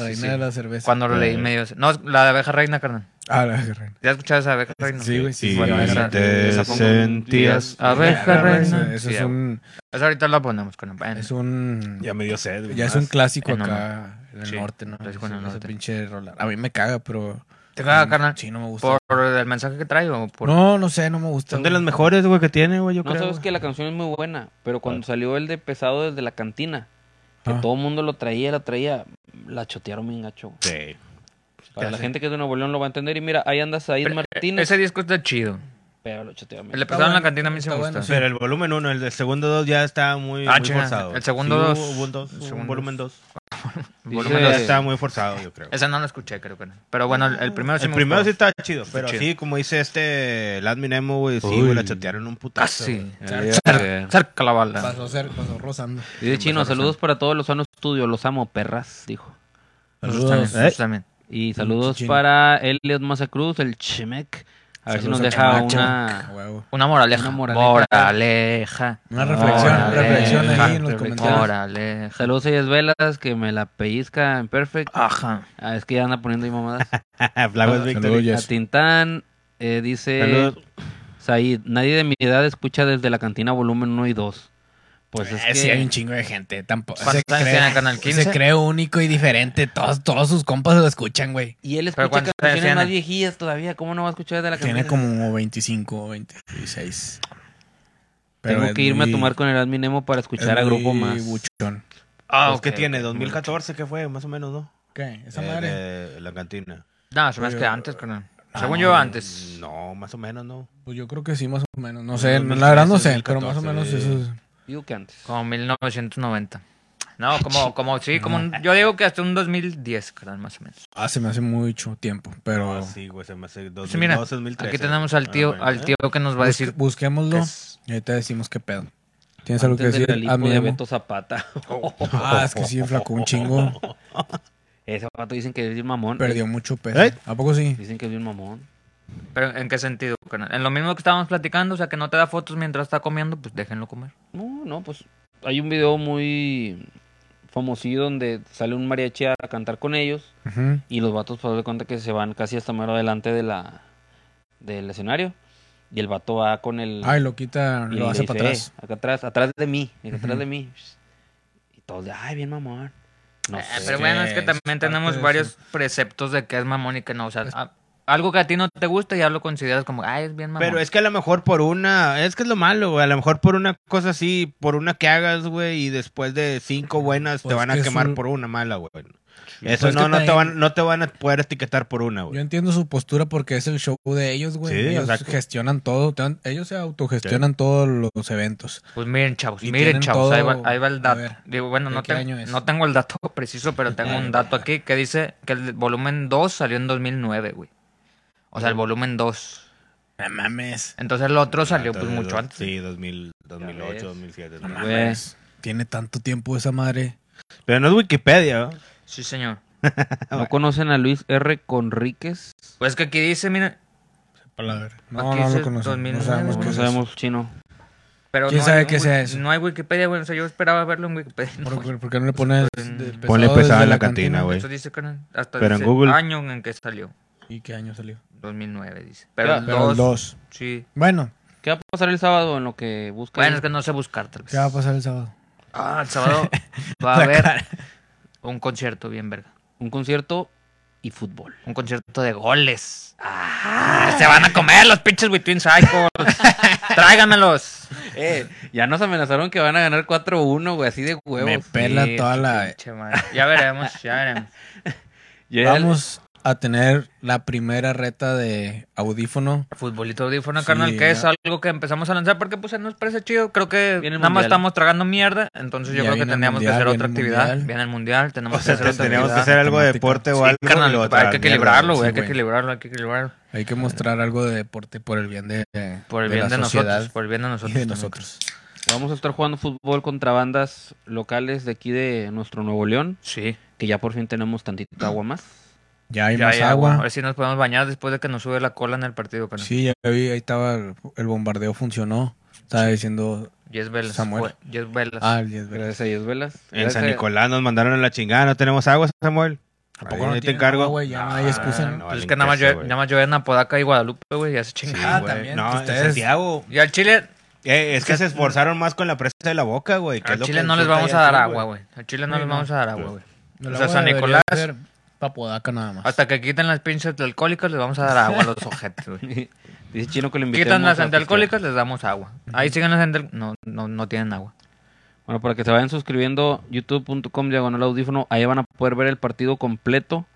S1: La
S2: sí,
S1: reina
S2: sí.
S1: de la cerveza.
S2: Cuando lo leí medio... No, la de abeja reina, carnal.
S1: Ah, la reina.
S2: ¿Ya has escuchado esa abeja reina?
S1: Sí, güey, sí.
S3: Y
S1: sí, la
S2: esa-
S1: reina.
S3: te
S2: esa pongo-
S3: sentías.
S2: Abeja
S1: La reina,
S2: reina.
S1: Eso
S2: Sí,
S1: es
S2: ya, güey.
S1: un,
S2: Esa ahorita la ponemos con el...
S1: es un,
S3: Ya me dio sed, güey.
S1: ya es un clásico
S2: en
S1: acá en el
S2: Sí,
S1: norte, ¿no?
S2: clásico en el
S1: Ese- ese
S2: norte.
S1: pinche rola. A mí me caga, pero mm,
S2: ¿Te caga, carnal?
S1: sí no me gusta.
S2: ¿Por el mensaje que trae o por...?
S1: No, no sé, no me gusta.
S3: Son de las mejores, güey, que tiene, güey, yo
S5: No
S3: creo.
S5: sabes que la canción es muy buena, pero cuando salió el de pesado desde la cantina, que
S1: Ah.
S5: todo el mundo lo traía, la traía, la chotearon bien gacho. güey.
S3: Sí.
S5: Para
S1: Ya
S5: la
S1: sé.
S5: gente que es de Nuevo León lo va a entender y mira, ahí anda Said
S2: Pero, eh,
S5: Martínez,
S2: Ese disco está chido.
S5: pero lo chotearon
S2: El
S5: bien.
S2: de Pesado en la
S1: bueno,
S2: cantina a mí sí
S1: está
S2: me
S1: bueno,
S2: gusta.
S1: sí.
S3: Pero el volumen 1, el del segundo 2 ya está muy,
S2: Ah,
S3: muy
S2: chinga,
S3: forzado.
S2: el segundo
S3: Sí,
S2: dos-
S3: hubo un dos,
S2: el
S3: un
S2: segundo
S3: volumen 2.
S2: Volumen
S3: Ya
S5: dos.
S3: está muy forzado, yo creo.
S2: Ese no lo escuché, creo que no. Pero bueno, el, el primero sí
S3: el
S2: me
S3: primero sí
S2: gustó.
S3: está chido, pero
S2: chido.
S3: sí, como dice este, el admin Emo, güey, sí,
S1: Uy.
S3: güey, la chatearon un putazo.
S2: Casi.
S5: Sí,
S2: Cer- Cerca la bala.
S1: Pasó cerca, pasó rozando.
S5: Dice Chino, saludos para todos los Ano Studio, los amo, perras, dijo.
S2: Nosotros también,
S3: ¿Eh?
S2: nosotros también.
S5: Y saludos
S1: Chino.
S5: para Elliot Mazacruz, el Chimec. A ver si
S1: Saludos
S5: nos
S1: a
S5: deja
S1: Camacho.
S5: una...
S1: Huevo.
S2: Una moraleja.
S5: Una
S2: Moraleja.
S5: moraleja.
S1: Una reflexión, una
S2: Moraleja.
S1: reflexión ahí en los comentarios.
S2: Moraleja.
S5: Saludos a ellas velas, que me la pellizca en Perfect.
S2: Ajá.
S5: Ah, es que ya anda poniendo ahí mamadas.
S3: Flowers
S1: Ah, Saludos,
S3: Victory.
S5: A
S1: Jess.
S5: Tintán, eh, dice...
S3: Saludos.
S5: Said, nadie de mi edad escucha desde la cantina volumen 1 y 2. Pues es
S1: Eh,
S5: que...
S1: sí, hay un chingo de gente. Tampoco.
S2: ¿Cuántos
S1: Se
S2: años tiene
S1: cree,
S2: el canal?
S1: se
S2: 15?
S1: cree único y diferente. Todos, todos sus compas lo escuchan, güey.
S5: Y él
S2: Pero
S5: escucha
S2: ¿cuántos
S5: canciones
S2: años tiene?
S5: más viejillas todavía. ¿Cómo no va a escuchar desde la cantina?
S1: Tiene como 25 o 26.
S5: Tengo
S1: es
S5: que irme
S1: muy-
S5: a tomar con el admin Nemo para
S1: es
S5: escuchar a
S1: muy
S5: Grupo Más.
S1: buchón.
S3: Ah, ¿qué
S5: Ok,
S3: tiene?
S5: ok.
S3: 2014, ¿qué fue? Más o menos, ¿no?
S1: ¿Qué? ¿Esa
S3: Eh,
S1: madre?
S3: de la cantina. Ah,
S2: No, se me hace que
S1: Oye,
S2: antes, carnal.
S1: Ah,
S2: Según yo, antes.
S3: No, más o menos, ¿no?
S1: Pues yo creo que sí, más o menos. No
S3: Pues
S1: sé,
S3: 2013,
S1: la verdad no sé, pero más o
S3: 2014,
S1: menos
S3: sí.
S1: eso es.
S5: Digo que antes.
S2: Como 1990. No, como, como, sí, como, un- yo digo que hasta un 2010, carnal, más o menos.
S1: Ah, se me hace mucho tiempo, pero.
S3: Ah, sí, güey, se me hace 2012,
S2: Pues mira,
S3: 2013.
S2: aquí tenemos al tío,
S3: Ah,
S2: al tío que nos va a
S1: Busque-
S2: decir.
S1: busquémoslo
S2: que es-
S1: y ahorita decimos qué pedo. ¿Tienes algo que
S5: Antes del
S1: decir?
S5: Galipo
S1: Ah, mi
S5: de
S1: emo.
S5: Beto Zapata.
S1: Ah, es que sí, flacó un chingo.
S5: Ese vato dicen que es bien mamón.
S1: Perdió mucho peso.
S3: ¿Eh?
S1: ¿A poco sí?
S5: Dicen que es bien mamón.
S2: Pero, ¿en qué sentido, carnal? En lo mismo que estábamos platicando, o sea, que no te da fotos mientras está comiendo, pues déjenlo comer.
S5: No, no, pues hay un video muy famosillo donde sale un mariachi a cantar con ellos
S1: Ujú.
S5: y los vatos pues de cuenta que se van casi hasta mero adelante de la del escenario y el vato va con el
S1: Ay, lo quita,
S5: y
S1: lo
S5: le
S1: hace
S5: dice,
S1: para atrás.
S5: "Eh, acá atrás, atrás de mí, dice, atrás
S1: Ujú.
S5: de mí. Y todos de, ay, bien mamón. No
S2: Eh,
S5: sé.
S2: pero bueno, es que
S1: es
S2: también
S1: parte de
S2: tenemos varios preceptos de que es mamón y que no. O sea, a- algo que a ti no te gusta ya lo consideras como, ay, es bien mamón.
S3: Pero es que a lo mejor por una, es que es lo malo, güey. A lo mejor por una cosa así, por una que hagas, güey, y después de cinco buenas
S1: Pues
S3: te van
S1: que
S3: a
S1: es
S3: quemar
S1: un-
S3: por una mala, güey. Eso
S1: Pues
S3: no,
S1: que
S3: no, te
S1: también-
S3: van, no te van a poder etiquetar por una,
S1: Yo
S3: güey.
S1: entiendo su postura porque es el show de ellos, güey.
S3: Sí,
S1: ellos
S3: exacto.
S1: gestionan todo. te dan- Ellos se autogestionan todos los eventos.
S2: Pues miren, chavos,
S1: Y
S2: miren,
S1: tienen
S2: chavos, ahí va,
S1: todo-
S2: ahí va el
S1: a
S2: dato.
S1: ver,
S2: Digo, bueno,
S1: ¿de
S2: no,
S1: qué
S2: tengo-
S1: año es?
S2: no tengo el dato preciso, pero tengo un dato aquí que dice que el volumen 2 salió en 2009, güey. O sea, el volumen 2.
S1: No mames.
S2: Entonces el otro salió pues
S3: Ah, Entonces,
S2: mucho
S3: dos-
S2: antes. Pues,
S3: Sí, 2000,
S5: Ya ves.
S3: 2008, 2007.
S1: No
S3: ¿no?
S5: Güey.
S1: mames. Tiene tanto tiempo esa madre.
S3: Pero no es Wikipedia, ¿no?
S2: Sí, señor.
S5: ¿No conocen a Luis R. Conríquez?
S2: Pues que aquí dice, miren,
S1: No,
S2: Aquí
S1: no
S2: dice
S1: lo conocemos.
S2: 2009,
S1: No sabemos
S2: güey.
S1: qué
S5: No
S1: es.
S5: sabemos chino.
S2: pero
S1: ¿Quién
S2: no
S1: sabe
S2: hay un
S1: qué
S2: wi-
S1: sea eso?
S2: No hay Wikipedia, güey. O sea, yo esperaba verlo en Wikipedia. No,
S1: ¿Por,
S2: güey.
S1: por- por qué no le pones
S2: Pues,
S1: de-
S2: mm,
S3: Ponle
S1: desde
S3: pesado en la cantina, güey.
S2: Eso dice, carnal, hasta
S3: Pero en
S2: dice
S3: Google-
S2: año en que salió.
S1: ¿Y qué año salió?
S2: 2009, dice. Pero
S5: Ya,
S2: el
S1: Pero el
S2: 2,
S1: 2.
S2: sí.
S1: Bueno,
S5: ¿Qué va a pasar el sábado en lo que busca?
S2: Bueno, es que no sé buscar, tal vez.
S1: ¿qué va a pasar el sábado?
S2: Ah, el sábado va a
S1: pues. La
S2: haber
S1: cara.
S2: un concierto bien verga.
S5: Un concierto y fútbol.
S2: Un concierto de goles. Ah, se van a comer los pinches Between Cycles. Tráiganmelos.
S5: Eh, ya nos amenazaron que van a ganar 4-1, güey, así de
S1: Me
S5: huevos.
S1: pela
S2: Sí,
S1: toda la.
S2: pinche madre. Ya veremos, ya veremos.
S5: Yo ya-
S1: Vamos a tener la primera reta de audífono.
S2: Futbolito audífono,
S1: Sí,
S2: carnal, que es
S1: ya.
S2: algo que empezamos a lanzar porque pues nos parece chido. Creo que
S5: Viene
S2: nada
S5: el
S2: más
S5: mundial.
S2: estamos tragando mierda. Entonces yo
S1: Ya
S2: creo que
S1: viene el
S2: teníamos que
S1: mundial,
S2: hacer otra
S1: viene el
S2: actividad.
S1: mundial.
S2: Viene el mundial, tenemos
S3: O
S2: que
S3: sea,
S2: hacer
S3: te-
S2: otra
S3: teníamos que
S2: actividad.
S3: hacer algo de
S1: temática.
S3: deporte o
S2: Sí,
S3: algo. y
S2: carnal,
S3: luego
S2: hay
S3: otra
S2: que
S3: mierda,
S2: equilibrarlo, güey,
S1: sí,
S2: hay que
S1: güey.
S2: equilibrarlo, hay que equilibrarlo.
S1: Hay que mostrar algo de deporte por el bien de,
S2: Por el
S1: de
S2: bien
S1: la
S2: de nosotros,
S1: sociedad
S2: por el bien de nosotros.
S1: y de
S2: también.
S1: nosotros.
S5: Vamos a estar jugando fútbol contra bandas locales de aquí de nuestro Nuevo León,
S2: Sí.
S5: que ya por fin tenemos tantita agua más.
S1: Ya hay
S2: Ya
S1: más
S2: hay
S1: agua.
S2: A ver si nos podemos bañar después de que nos sube la cola en el partido. carnal.
S1: Sí, ya vi, ahí estaba el, el bombardeo funcionó. Estaba diciendo.
S2: Diez velas.
S1: Samuel.
S2: fue- Diez velas.
S1: Ah, el 10
S5: Gracias a Dios Velas.
S3: En
S5: Gracias
S3: San
S5: a-
S3: Nicolás nos mandaron a la chingada. No tenemos agua, Samuel.
S1: ¿A
S3: Ahí
S1: poco no
S3: te
S1: tienen
S3: encargo.
S1: agua, güey? ya no hay
S2: Ah,
S1: excusa, ¿no?
S3: no.
S2: pues es
S3: valen
S2: que nada más,
S3: queso,
S2: llueve,
S3: güey.
S2: nada más llueve en Apodaca y Guadalupe, güey, ya se
S1: Ah,
S2: chingada.
S3: güey.
S1: también,
S3: No, en
S1: ustedes-
S3: Santiago.
S2: Y al Chile,
S3: Eh, es que se esforzaron más con la presa de la boca, güey. que es
S2: al
S3: lo
S2: Chile
S3: que
S2: no les
S3: insulta
S2: vamos a
S3: allá
S2: dar
S3: al sur,
S2: agua, güey. Al Chile no
S1: Sí,
S2: les
S1: no.
S2: vamos a dar agua,
S3: Pues,
S2: güey.
S1: El
S2: O sea,
S1: agua
S2: San
S1: debería
S2: Nicolás, Ah,
S1: ser pa' Podaca nada más.
S2: hasta que quiten las pinches alcohólicas, les vamos a dar agua a los ojetes, güey.
S5: Dice Chino que lo invitemos.
S2: Quitan las
S5: a
S2: antialcohólicas, les damos agua. Ahí siguen las antial... No, no, no tienen agua.
S5: Bueno, para que se vayan suscribiendo, youtube.com diagonal audífono, ahí van a poder ver el partido completo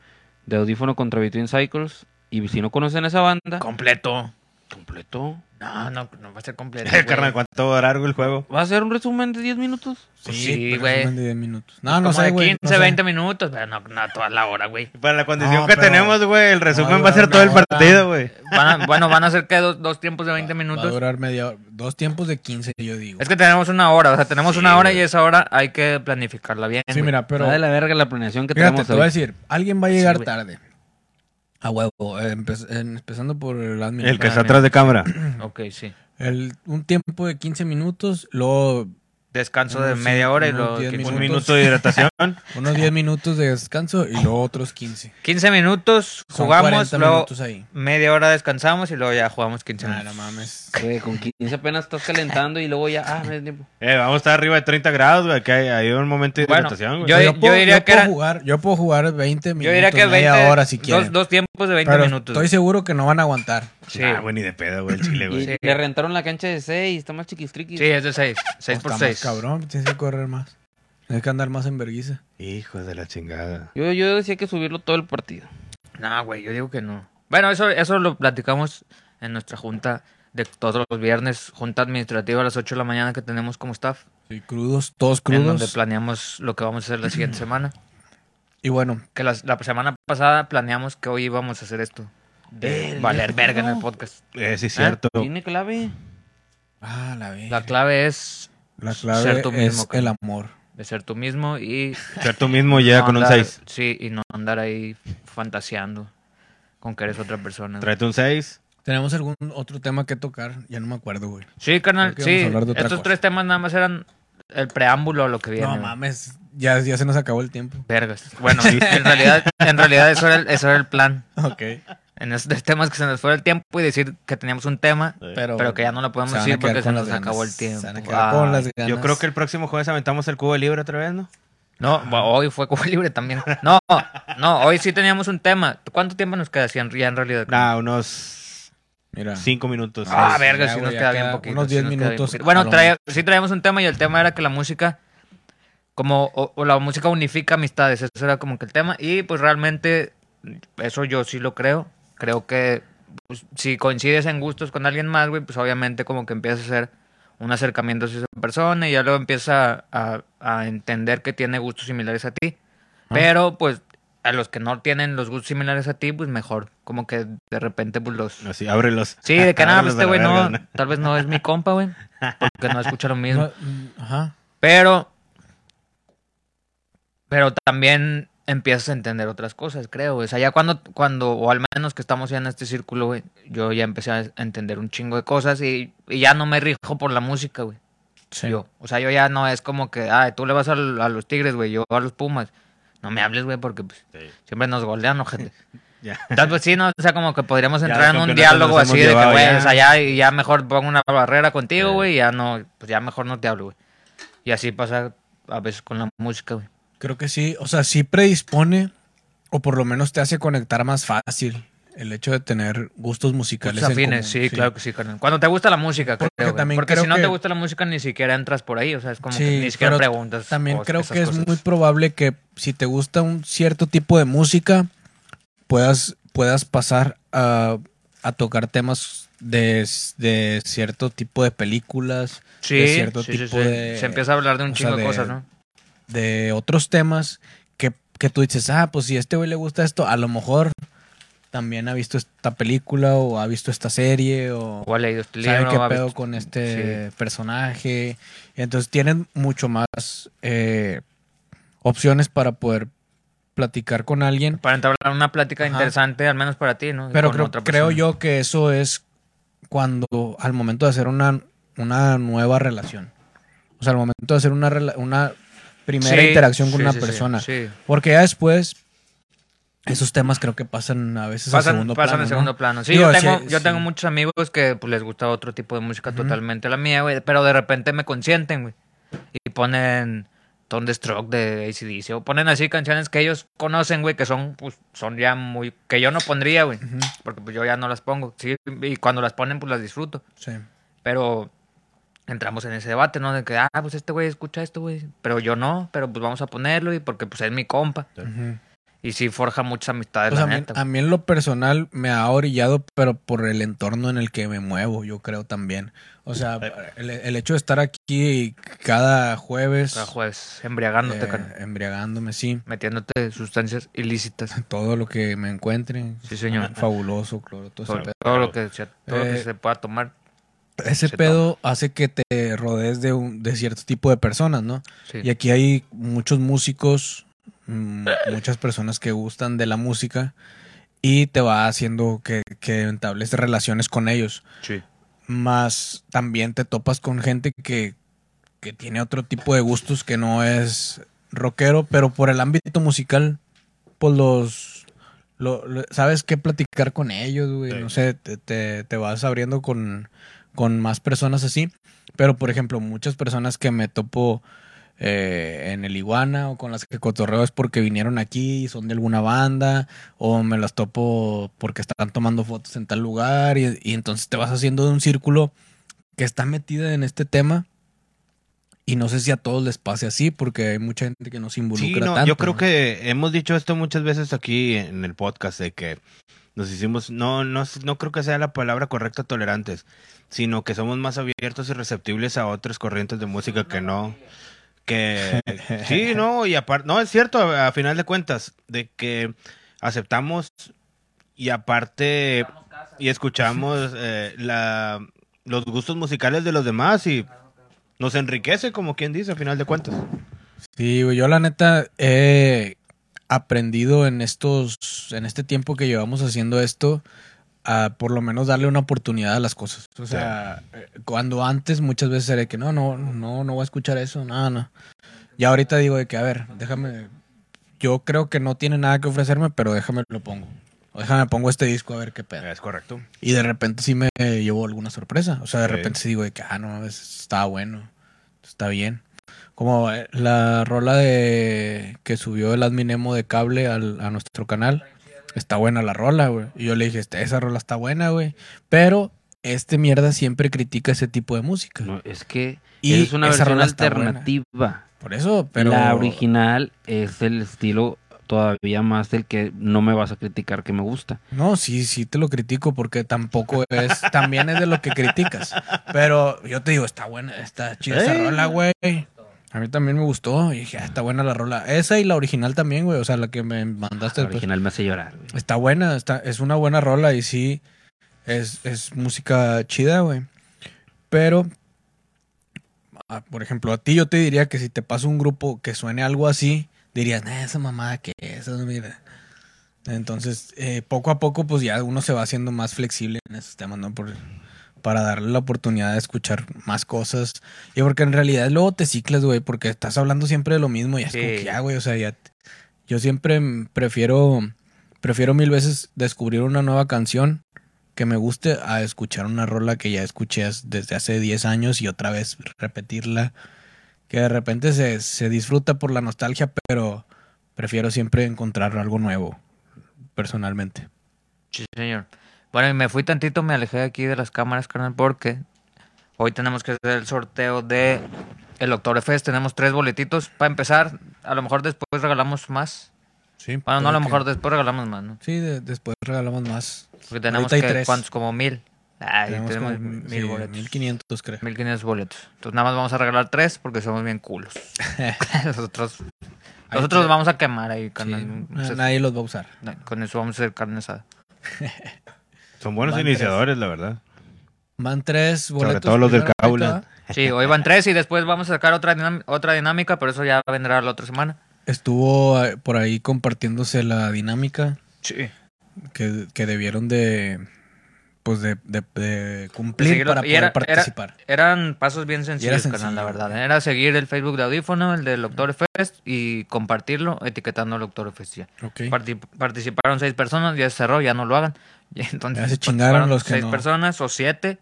S5: de audífono contra Between Cycles. Y si no conocen esa banda,
S2: Completo.
S5: completo.
S2: No, no, no va a ser completo.
S3: Eh,
S2: güey.
S3: carnal, ¿cuánto va a durar güey, el juego?
S5: ¿Va a ser un resumen de 10 minutos?
S2: Pues sí,
S1: pero
S2: güey.
S1: es más de 10 minutos. No, no
S2: Como
S1: sé,
S2: de
S1: güey.
S2: 15,
S1: no sé.
S2: 20 minutos, pero no, no toda la hora, güey.
S3: Para la condición
S1: No,
S3: que
S1: pero-
S3: tenemos, güey, el resumen
S1: No,
S3: va a ser
S1: dura
S3: todo el
S1: una hora.
S3: partido, güey.
S2: Van a- bueno, van a ser que dos, dos tiempos de 20
S1: Va a
S2: minutos.
S1: durar media hora. Dos tiempos de 15, yo digo.
S2: Es que tenemos una hora, o sea, tenemos una hora y
S3: güey.
S2: esa hora hay que planificarla bien.
S1: sí,
S2: güey.
S1: mira, pero.
S5: Pero, de la verga la planeación que
S1: Fíjate,
S5: tenemos
S1: te voy a
S5: hoy.
S1: decir, alguien va a llegar
S2: güey.
S1: tarde. A huevo, eh, empe- en- empezando por el admin.
S3: El que está
S2: mira.
S3: atrás de cámara.
S2: Ok, sí.
S1: El- un tiempo de 15 minutos, luego
S2: Descanso de
S1: Unos cinco,
S2: media hora y
S1: unos
S2: luego
S1: diez
S2: 15
S1: minutos.
S3: Un
S2: minutos.
S3: minuto de hidratación.
S1: unos 10 minutos de descanso y luego otros 15. Son
S2: jugamos,
S1: 40
S2: luego
S1: minutos ahí.
S2: media hora descansamos y luego ya jugamos 15
S1: Ah, no
S2: minutos.
S1: mames.
S5: Güey, con 15 apenas estás calentando y luego ya, ah, me dio tiempo.
S3: Eh, vamos a estar arriba de 30 grados, güey. Que hay, hay un momento de
S2: Bueno,
S3: hidratación, güey.
S2: Yo-
S1: Pero
S2: yo diría que
S1: puedo
S2: era-
S1: jugar, yo puedo jugar 20 minutos,
S2: Yo diría que 20
S1: media hora si
S2: dos,
S1: quieren.
S2: dos tiempos de 20
S1: pero
S2: minutos.
S1: estoy seguro que no van a aguantar.
S2: Sí.
S3: Ah, güey, ni de pedo, güey, el chile,
S5: Y
S3: güey.
S2: Sí.
S5: le rentaron la cancha de 6, está más chiquistriqui.
S2: sí, es de 6. 6
S1: Está
S2: por
S1: más
S2: 6.
S1: Cabrón, tienes que correr más. Tienes que andar más en vergüenza.
S3: Hijo de la chingada.
S5: Yo, yo decía que subirlo todo el partido.
S2: No, güey, yo digo que no. Bueno, eso, eso lo platicamos en nuestra junta de todos los viernes, junta administrativa a las 8 de la mañana que tenemos como staff,
S1: Sí, crudos, todos
S2: en donde
S1: crudos.
S2: planeamos lo que vamos a hacer la siguiente semana.
S1: Y bueno,
S2: Que las- la, semana pasada planeamos que hoy íbamos a hacer esto. De
S5: Verga.
S2: valer verga en el podcast.
S3: Eh, sí, cierto.
S5: Tiene clave.
S1: ah, la ve.
S2: La clave es
S1: La clave
S2: Ser tú
S1: es
S2: mismo,
S1: el
S2: cabrón.
S1: amor.
S2: de ser tú mismo y
S3: Cierto mismo llega
S2: no
S3: con un
S2: andar-
S3: 6.
S2: Sí, y no andar ahí fantaseando con que eres otra persona. güey.
S3: Tráete un 6.
S1: Tenemos algún otro tema que tocar, ya no me acuerdo, güey.
S2: Sí, carnal,
S1: Creo que íbamos a
S2: sí.
S1: hablar de otra
S2: Estos
S1: cosa.
S2: tres temas nada más eran el preámbulo a lo que viene.
S1: No
S2: güey.
S1: mames, ya, ya se nos acabó el tiempo.
S2: Vergas. Bueno, en realidad, en realidad eso, era el, eso era el plan.
S1: Ok.
S2: En estos temas que se nos fuera el tiempo y decir que teníamos un tema,
S1: Pero,
S2: pero que ya no lo podemos
S1: se van a
S2: decir
S1: quedar
S2: porque se
S1: con
S2: nos
S1: las
S2: acabó el
S1: ganas,
S2: tiempo. Ah,
S1: se van a quedar con
S2: Ay.
S1: las ganas.
S3: Yo creo que el próximo jueves aventamos el cubo de libre otra vez, ¿no?
S2: No, bo- hoy fue Cuba Libre también. No, no, hoy sí teníamos un tema. ¿Cuánto tiempo nos queda? Sí, en- ya en realidad.
S3: Nah, unos
S1: Mira.
S3: 5 minutos.
S2: Ah,
S1: sí,
S2: verga,
S1: ya,
S2: sí
S1: güey,
S2: nos
S1: ya
S2: queda
S1: queda
S2: bien poquito.
S1: unos
S2: sí
S1: 10
S2: nos queda bien
S1: minutos a
S2: poquito. Bueno,
S1: lo
S2: traía- sí traíamos un tema y el tema era que la música Como o, o la música unifica amistades, eso era como que el tema. Y pues realmente, eso yo sí lo creo. Creo que pues, si coincides en gustos con alguien más, güey, pues obviamente como que empiezas a hacer un acercamiento hacia esa persona y ya luego empieza a, a- a entender que tiene gustos similares a ti. Pero pues a los que no tienen los gustos similares a ti, pues mejor. Como que de repente pues los...
S3: Así, ábrelos.
S2: Sí, de que nada, pues,
S3: Ábrelos
S2: este
S3: a Ah, la
S2: güey
S3: verga,
S2: no, tal vez no es mi compa, güey, porque no escucha lo mismo.
S1: No, mm, ajá.
S2: Pero. Pero también empiezas a entender otras cosas, creo. O sea, ya cuando, cuando o al menos que estamos ya en este círculo, güey, yo ya empecé a entender un chingo de cosas y, y ya no me rijo por la música, güey.
S1: Sí.
S2: Yo. O sea, yo ya no es como que, ah, tú le vas al- a, los Tigres, güey, yo a los Pumas. No me hables, güey, porque pues, siempre nos golean, ojete.
S3: Ya.
S2: Tal vez pues, sí, ¿no? O sea, como que podríamos
S3: Ya de
S2: entrar en un
S3: campeonatos
S2: diálogo
S3: nos hemos
S2: así de que,
S3: llevado
S2: güey,
S3: ya.
S2: o sea, ya, y ya mejor pongo una barrera contigo,
S3: Sí.
S2: güey, y ya no, pues ya mejor no te hablo, güey. Y así pasa a veces con la música, güey.
S1: Creo que sí, o sea, sí predispone o por lo menos te hace conectar más fácil el hecho de tener gustos musicales.
S2: Gustos
S1: en
S2: afines,
S1: común,
S2: sí, claro que sí, carnal. Cuando te gusta la música,
S1: Porque
S2: creo, güey.
S1: también
S2: Porque
S1: creo
S2: si no
S1: que-
S2: te gusta la música ni siquiera entras por ahí, o sea, es como
S1: Sí,
S2: que ni siquiera
S1: pero
S2: preguntas.
S1: También
S2: o
S1: creo
S2: esas
S1: que es
S2: cosas.
S1: muy probable que si te gusta un cierto tipo de música, puedas, puedas pasar a, a tocar temas de, de cierto tipo de películas,
S2: Sí,
S1: de cierto
S2: sí, sí,
S1: tipo
S2: sí.
S1: de-
S2: Se empieza a hablar de un
S1: o
S2: chingo
S1: sea,
S2: de
S1: de-
S2: cosas, ¿no?
S1: de otros temas que, que tú dices, ah, pues si a este güey le gusta esto, a lo mejor también ha visto esta película o ha visto esta serie o
S2: O ha leído este
S1: sabe
S2: libro,
S1: qué
S2: ha
S1: pedo
S2: visto-
S1: con este personaje. Entonces tienen mucho más eh, opciones para poder platicar con alguien.
S2: Para entablar una plática
S1: Ajá.
S2: interesante, al menos para ti, ¿no?
S1: Pero
S2: Con
S1: creo,
S2: otra
S1: creo
S2: persona.
S1: yo que eso es cuando, al momento de hacer una, una nueva relación. O sea, al momento de hacer una, rela- una primera
S2: Sí,
S1: interacción con
S2: sí,
S1: una
S2: sí, sí,
S1: persona.
S2: sí.
S1: Porque ya después, esos temas creo que pasan a veces a
S2: Pasan,
S1: segundo
S2: pasan
S1: plano.
S2: en
S1: ¿no?
S2: segundo plano. Sí,
S1: Digo,
S2: yo, tengo,
S1: sí,
S2: yo
S1: sí.
S2: tengo muchos amigos que pues, les gusta otro tipo de música totalmente la mía, güey. Pero de repente me consienten, güey. Y ponen Tone the Stroke de ACDC. O ponen así canciones que ellos conocen, güey, que son, pues, son ya muy. que yo no pondría, güey. Porque pues, yo ya no las pongo. Sí, y cuando las ponen, pues las disfruto.
S1: Sí.
S2: Pero entramos en ese debate, ¿no? De que, ah, pues este güey escucha esto, güey. Pero yo no, pero pues vamos a ponerlo y porque pues es mi compa.
S1: Ujú.
S2: Y sí forja muchas amistades,
S1: Pues
S2: la
S1: a, mí,
S2: neta,
S1: a mí en lo personal me ha orillado, pero por el entorno en el que me muevo, yo creo también. O sea, el, el hecho de estar aquí cada jueves,
S2: cada jueves, embriagándote,
S1: eh,
S2: carnal,
S1: embriagándome, sí,
S2: metiéndote sustancias ilícitas.
S1: todo lo que me encuentre,
S2: Sí, señor.
S1: fabuloso, cloro, todo ese
S2: Todo,
S1: pedo.
S2: todo lo que se, todo lo que
S1: Eh,
S2: se pueda tomar.
S1: Ese
S2: se
S1: pedo hace que te rodees de, un, de cierto tipo de personas, ¿no?
S2: Sí.
S1: Y aquí hay muchos músicos, mm, muchas personas que gustan de la música y te va haciendo que, que entables relaciones con ellos.
S5: Sí.
S1: Más también te topas con gente que, que tiene otro tipo de gustos que no es rockero, pero por el ámbito musical, pues los... lo- lo- ¿Sabes qué platicar con ellos, güey?
S3: Sí.
S1: No sé, te, te- te vas abriendo con, con más personas así. Pero, por ejemplo, muchas personas que me topo eh, en el Iguana o con las que cotorreo es porque vinieron aquí y son de alguna banda o me las topo porque están tomando fotos en tal lugar y, y entonces te vas haciendo de un círculo que está metida en este tema y no sé si a todos les pase así porque hay mucha gente que no se
S3: Sí,
S1: involucra
S3: no,
S1: tanto.
S3: yo creo
S1: ¿no?
S3: que hemos dicho esto muchas veces aquí en el podcast de que nos hicimos, no, no, no creo que sea la palabra correcta tolerantes, sino que somos más abiertos y receptibles a otras corrientes de música que no, que sí, no, y aparte, no, es cierto, a, a final de cuentas, de que aceptamos y aparte y escuchamos eh, la, los gustos musicales de los demás y nos enriquece, como quien dice, a final de cuentas.
S1: Sí, güey, yo la neta he aprendido en estos, en este tiempo que llevamos haciendo esto, a por lo menos darle una oportunidad a las cosas. O sea, eh, cuando antes muchas veces era de que no, no, no, no voy a escuchar eso, nada, no. Y ahorita digo de que, a ver, déjame, yo creo que no tiene nada que ofrecerme, pero déjame lo pongo. O déjame pongo este disco a ver qué pedo.
S3: Es correcto.
S1: Y de repente sí me llevó alguna sorpresa. O sea, de
S3: Ok.
S1: repente sí digo de que, ah, no, mames, está bueno, está bien. Como eh, la rola de que subió el adminemo de cable al- a nuestro canal. Está buena la rola, güey. Y yo le dije, "Este- esa rola está buena, güey. Pero este mierda siempre critica ese tipo de música.
S5: No, es que
S1: Y
S5: es una
S1: esa
S5: versión
S1: rola está
S5: alternativa.
S1: Por eso, pero.
S5: La original es el estilo todavía más del que no me vas a criticar que me gusta.
S1: No, sí, sí te lo critico porque tampoco es. también es de lo que criticas. Pero yo te digo, está buena, está chida esa
S4: Eh.
S1: rola, güey. A mí también me gustó. Y dije, ah, está buena la rola. Esa y la original también, güey. O sea, la que me mandaste.
S5: La
S1: pues.
S5: original me hace llorar. güey.
S1: Está buena, está, es una buena rola y sí, es, es música chida, güey. Pero, ah, por ejemplo, a ti yo te diría que si te pasa un grupo que suene algo así, dirías, nah, esa mamada que es, eso, mira. Entonces, eh, poco a poco, pues ya uno se va haciendo más flexible en esos temas, ¿no? Por- para darle la oportunidad de escuchar más cosas. Y porque en realidad luego te ciclas, güey, porque estás hablando siempre de lo mismo y es como
S2: Sí.
S1: que ya, güey, o sea, ya. te- Yo siempre mm, prefiero, prefiero mil veces descubrir una nueva canción que me guste a escuchar una rola que ya escuché as- desde hace 10 años y otra vez repetirla. Que de repente se, se disfruta por la nostalgia, pero prefiero siempre encontrar algo nuevo, personalmente.
S2: Sí, señor. Bueno, y me fui tantito, me alejé de aquí de las cámaras, carnal, porque hoy tenemos que hacer el sorteo de el Oktoberfest. Tenemos tres boletitos para empezar. A lo mejor después regalamos más.
S1: Sí,
S2: Bueno, no, a lo mejor después regalamos más, ¿no?
S1: Sí, de- después regalamos más.
S2: Porque tenemos
S1: Ahorita hay
S2: que,
S1: tres.
S2: ¿cuántos? Como mil. Ay, tenemos,
S1: Tenemos como
S2: mil
S1: sí,
S2: boletos.
S1: 1500, creo.
S2: 1500 boletos. Entonces nada más vamos a regalar tres porque somos bien culos. nosotros
S1: Ahí
S2: nosotros
S1: te-
S2: vamos a quemar ahí, carnal.
S1: Sí,
S2: O sea,
S1: nadie los va a usar.
S2: pues, Con eso vamos a hacer carne asada.
S3: Son buenos
S1: Van
S3: iniciadores, la verdad.
S1: Van tres boletos.
S3: todo los del
S1: primero,
S3: Caula.
S1: ahorita.
S2: Sí, hoy van tres y después vamos a sacar otra, dinam- otra dinámica, pero eso ya vendrá la otra semana.
S1: Estuvo eh, por ahí compartiéndose la dinámica
S2: Sí.
S1: que, que debieron de pues de, de- de cumplir
S2: Seguirlo-
S1: para poder
S2: y era- era-
S1: participar.
S2: Eran pasos bien sencillos,
S1: sencillo,
S2: carnal, la verdad.
S1: güey.
S2: Era seguir el Facebook de Audífono, el del Oktoberfest y compartirlo etiquetando al Oktoberfest. ya.
S1: Ok.
S2: Parti- participaron seis personas, ya se cerró, ya no lo hagan. Y entonces
S1: Ya se chingaron
S2: participaron
S1: los que
S2: seis
S1: no.
S2: personas o siete.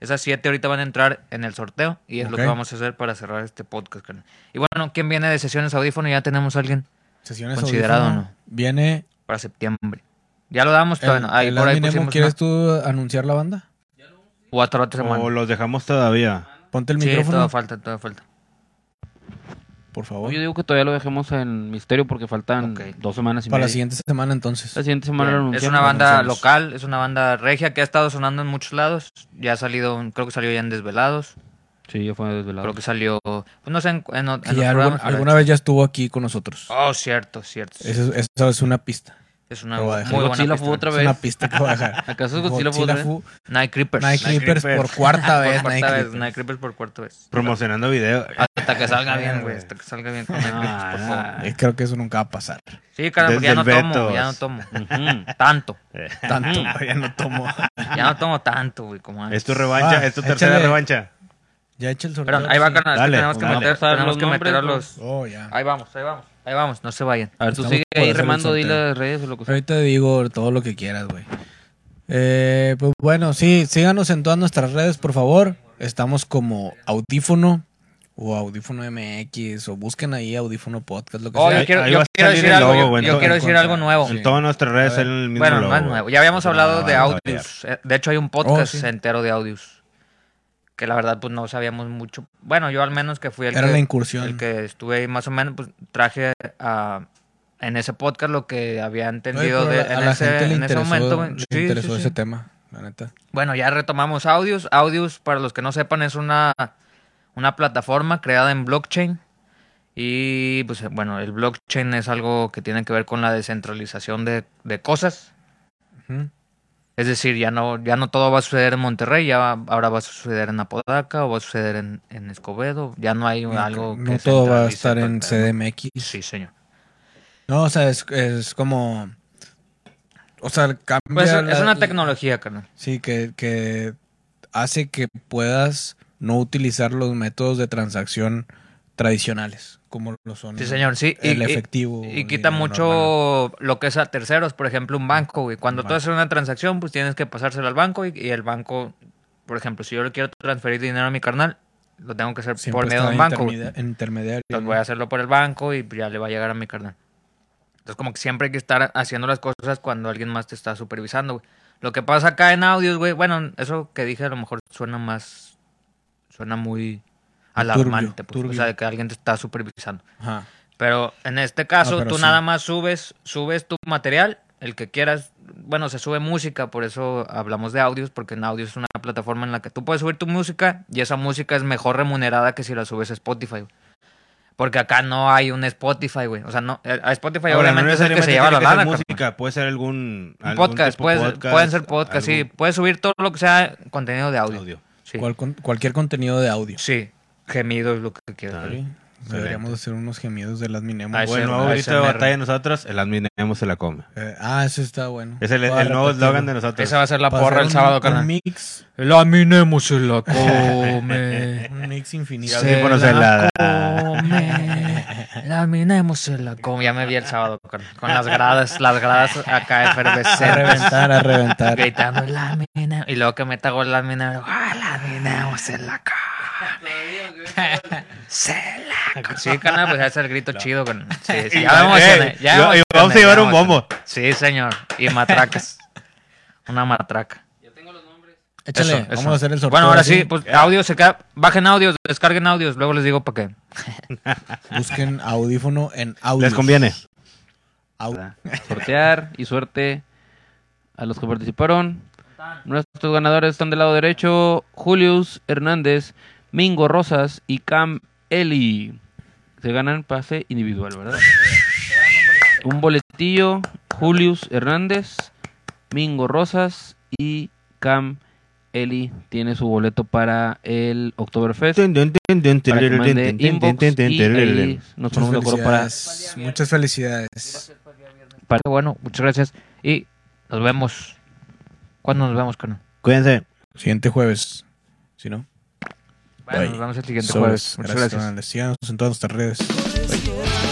S2: Esas siete ahorita van a entrar en el sorteo y es lo
S1: Ok.
S2: que vamos a hacer para cerrar este podcast. carnal. Y bueno, ¿quién viene de sesiones audífono? Ya tenemos a alguien
S1: Sesiones
S2: Considerado,
S1: audífono. Viene
S2: para septiembre. Ya lo damos,
S1: el,
S2: bueno, ahí
S1: el
S2: por ahí
S1: Adminemo.
S2: pusimos
S1: ¿Quieres
S2: una-
S1: tú anunciar la banda?
S2: o hasta la otra semana.
S3: O los dejamos todavía.
S1: Ponte el
S2: sí,
S1: micrófono,
S2: todo falta, todo falta.
S1: por favor.
S5: Yo digo que todavía lo dejemos en misterio porque faltan
S2: Ok.
S5: dos semanas y
S1: Para la
S5: media.
S1: siguiente semana entonces.
S5: La siguiente semana
S2: Bien,
S5: lo
S2: es
S5: anunciamos.
S2: una banda
S1: anunciamos.
S2: local, es una banda regia que ha estado sonando en muchos lados. Ya ha salido, creo que salió ya en Desvelados,
S5: Sí, ya fue desvelado.
S2: creo que salió, pues no sé, en, en- en
S1: Que
S2: los
S1: ya algún-
S2: programas, pero-
S1: alguna vez ya estuvo aquí con nosotros.
S2: Oh, cierto, cierto. sí.
S1: Eso, eso es una pista.
S2: Es una
S1: Lo voy a dejar.
S2: muy buena
S5: Godzilla
S2: pista.
S5: fue otra
S1: Es una
S5: vez.
S1: pista que voy a dejar.
S5: ¿Acaso es Godzilla fue otra vez?
S1: fu-
S2: Night Creepers.
S1: Night Creepers por cuarta
S2: Pues, Por
S1: vez.
S2: cuarta
S1: Night
S2: vez,
S1: Creepers.
S2: Night Creepers por cuarta vez.
S3: Promocionando video.
S2: Hasta que salga bien, güey. Hasta que salga bien. con Night Creepers, por favor.
S5: Ah,
S1: Eh, Creo que eso nunca va a pasar.
S2: Sí, carnal, porque ya no
S3: Desde el
S2: tomo, ya no
S3: Betos.
S2: tomo.
S5: ujú.
S2: Tanto.
S1: Tanto, ya no tomo.
S2: Ya no tomo tanto, güey, como antes.
S3: Es tu revancha,
S1: Ah,
S3: es tu tercera
S1: échale.
S3: revancha.
S1: Ya eché el sorteo.
S2: Perdón, ahí va,
S1: sí.
S2: carnal. es que
S3: Dale,
S2: tenemos que
S3: dale.
S2: meter,
S5: Vamos a
S2: tenemos que
S5: los
S2: meter a
S5: nombres,
S2: los...
S1: Oh, ya.
S2: Ahí vamos, ahí vamos. Ahí vamos, no se vayan.
S5: A ver, tú
S1: Estamos
S5: sigue
S1: por
S5: ahí
S1: hacer el
S5: remando, di
S1: sorteo.
S5: las redes o
S2: pues.
S5: lo que sea.
S1: Ahorita digo todo lo que quieras, güey. Eh, pues bueno, sí, síganos en todas nuestras redes, por favor. Estamos como Audífono o Audífono MX o busquen ahí Audífono Podcast, lo que
S2: Oh,
S1: sea.
S2: yo quiero,
S3: ahí
S2: yo
S3: va a
S2: quiero
S3: salir
S2: decir
S3: el
S2: algo,
S3: logo,
S2: yo-
S3: güey,
S2: yo
S3: todo
S2: quiero
S1: en
S2: decir
S1: contra.
S2: algo nuevo.
S1: Sí.
S3: En todas nuestras redes
S1: A ver.
S3: sale el mismo
S2: Bueno,
S3: logo,
S2: más
S3: güey.
S2: nuevo. Ya habíamos
S3: No,
S2: hablado de
S3: no, no,
S2: Audius. eh, De hecho, hay un podcast
S1: Oh, sí.
S2: entero de Audius. Que la verdad, pues no sabíamos mucho. Bueno, yo al menos que fui el,
S1: Era la
S2: que,
S1: incursión.
S2: el que estuve ahí más o menos, pues traje a- en ese podcast lo que había
S1: Oye,
S2: entendido
S1: pero
S2: de,
S1: pues, a
S2: en,
S1: la
S2: ese,
S1: gente le
S2: en ese
S1: interesó,
S2: momento. güey.
S1: le
S2: Sí, sí,
S1: interesó
S2: sí.
S1: ese tema, la neta.
S2: Bueno, ya retomamos Audius. Audius, para los que no sepan, es una, una plataforma creada en blockchain. Y pues eh, bueno, el blockchain es algo que tiene que ver con la descentralización de, de cosas.
S1: Ujú.
S2: Es decir, ya no, ya no todo va a suceder en Monterrey, ya va- ahora va a suceder en Apodaca o va a suceder en, en Escobedo. Ya no hay
S1: No,
S2: algo que
S1: no todo va a
S2: centralice
S1: estar en
S2: todo el pedo.
S1: CDMX.
S2: Sí, señor.
S1: No, o sea, es, es como. O sea, cambia.
S2: Pues es- es
S1: la-
S2: una tecnología, carnal.
S1: Sí, que, que hace que puedas no utilizar los métodos de transacción tradicionales, como lo son
S2: Sí, señor, sí.
S1: el efectivo.
S2: Y,
S1: el
S2: quita
S1: dinero
S2: mucho
S1: normal.
S2: lo que es a terceros, por ejemplo, un banco, güey. Cuando
S1: Un
S2: tú haces una transacción, pues tienes que pasárselo al banco y, y el banco, por ejemplo, si yo le quiero transferir dinero a mi carnal, lo tengo que hacer
S1: Siempre
S2: por medio
S1: está
S2: de un banco. güey.
S1: intermedia- intermediario.
S2: Entonces
S1: ¿no?
S2: pues voy a hacerlo por el banco y ya le va a llegar a mi carnal. Entonces como que siempre hay que estar haciendo las cosas cuando alguien más te está supervisando, güey. Lo que pasa acá en audios, güey, bueno, eso que dije a lo mejor suena más, suena muy alarmante, pues,
S1: turbio.
S2: o sea, de que alguien te está supervisando.
S1: Ajá.
S2: Pero en este caso,
S1: No, pero
S2: tú
S1: sí.
S2: nada más subes, subes tu material, el que quieras. Bueno, se sube música, por eso hablamos de audios, porque en audios es una plataforma en la que tú puedes subir tu música y esa música es mejor remunerada que si la subes a Spotify. güey. Porque acá no hay un Spotify, güey. O sea, no, eh, a Spotify
S3: Ahora, no
S2: obviamente es el que
S3: necesariamente
S2: se lleva la
S3: tiene que ser
S2: lana.
S3: música,
S2: carnal.
S3: puede ser algún,
S2: Un
S3: algún
S2: podcast,
S3: tipo
S2: puedes-
S3: podcast,
S2: pueden ser podcasts, sí.
S3: algún
S2: Puedes subir todo lo que sea contenido de audio.
S3: audio.
S2: Sí.
S1: Cual- con- cualquier contenido de audio.
S2: sí, gemidos, lo que quieras.
S3: Ah,
S2: güey.
S1: Sí. Deberíamos hacer unos gemidos de las minemos.
S2: Ah,
S1: güey.
S2: sí.
S3: Bueno,
S2: ASMR.
S3: ahorita de batalla de nosotros, el admin se la come.
S1: Eh, ah, eso está bueno.
S3: Es el,
S1: Voy a
S3: el nuevo
S1: repetirlo.
S3: eslogan de nosotros.
S2: Esa va a ser la
S1: Para
S2: porra
S1: hacer
S2: el
S1: un-
S2: sábado,
S1: un
S2: carnal.
S1: mix,
S2: La minemos se la come.
S1: un mix infinito.
S3: Sí, bueno, se la da.
S2: come. La minemos se la come. Ya me vi el sábado con, con las gradas, las gradas acá
S1: A
S2: efervescentes.
S1: reventar, a reventar.
S2: Gritando la mina. Y luego que meta gol la mina. ¡Ah, la minemos se la come! ¡Se la come! Sí, carnal, pues ese es el grito chido. Con... Sí, sí, ya me emocioné,
S3: Eh,
S2: ya
S3: y-
S2: me
S3: y
S2: emocioné,
S3: vamos a
S2: ya
S3: llevar
S2: me
S3: un
S2: emocioné.
S3: bombo.
S2: Sí, señor. Y matracas. Una matraca.
S1: Échale,
S2: Eso,
S1: vamos
S2: eso.
S1: a hacer el sorteo.
S2: Bueno, ahora sí,
S1: así.
S2: pues audio se queda. Bajen audios, descarguen audios, luego les digo para qué.
S1: Busquen audífono en audio.
S3: Les conviene.
S1: Au-
S5: ¿verdad? Sortear y suerte a los que participaron. Nuestros ganadores están del lado derecho: Julius Hernández, Mingo Rosas y Cam Eli. Se ganan pase individual, ¿verdad? Un boletillo: Julius Hernández, Mingo Rosas y Cam Eli tiene su boleto para el Oktoberfest. Para que mande inbox y ahí nos
S1: Muchas
S5: ponemos de acuerdo para
S1: felicidades. Muchas felicidades.
S2: Para- Bueno, muchas gracias y nos vemos. ¿Cuándo nos vemos, Cano?
S3: Cuídense.
S1: Siguiente jueves. Si no,
S2: Bueno,
S1: Bye.
S2: nos vemos el siguiente
S1: sobres.
S2: jueves. Muchas
S1: Gracias.
S2: gracias.
S1: Ronald. Síganos en todas nuestras redes.
S6: Por eso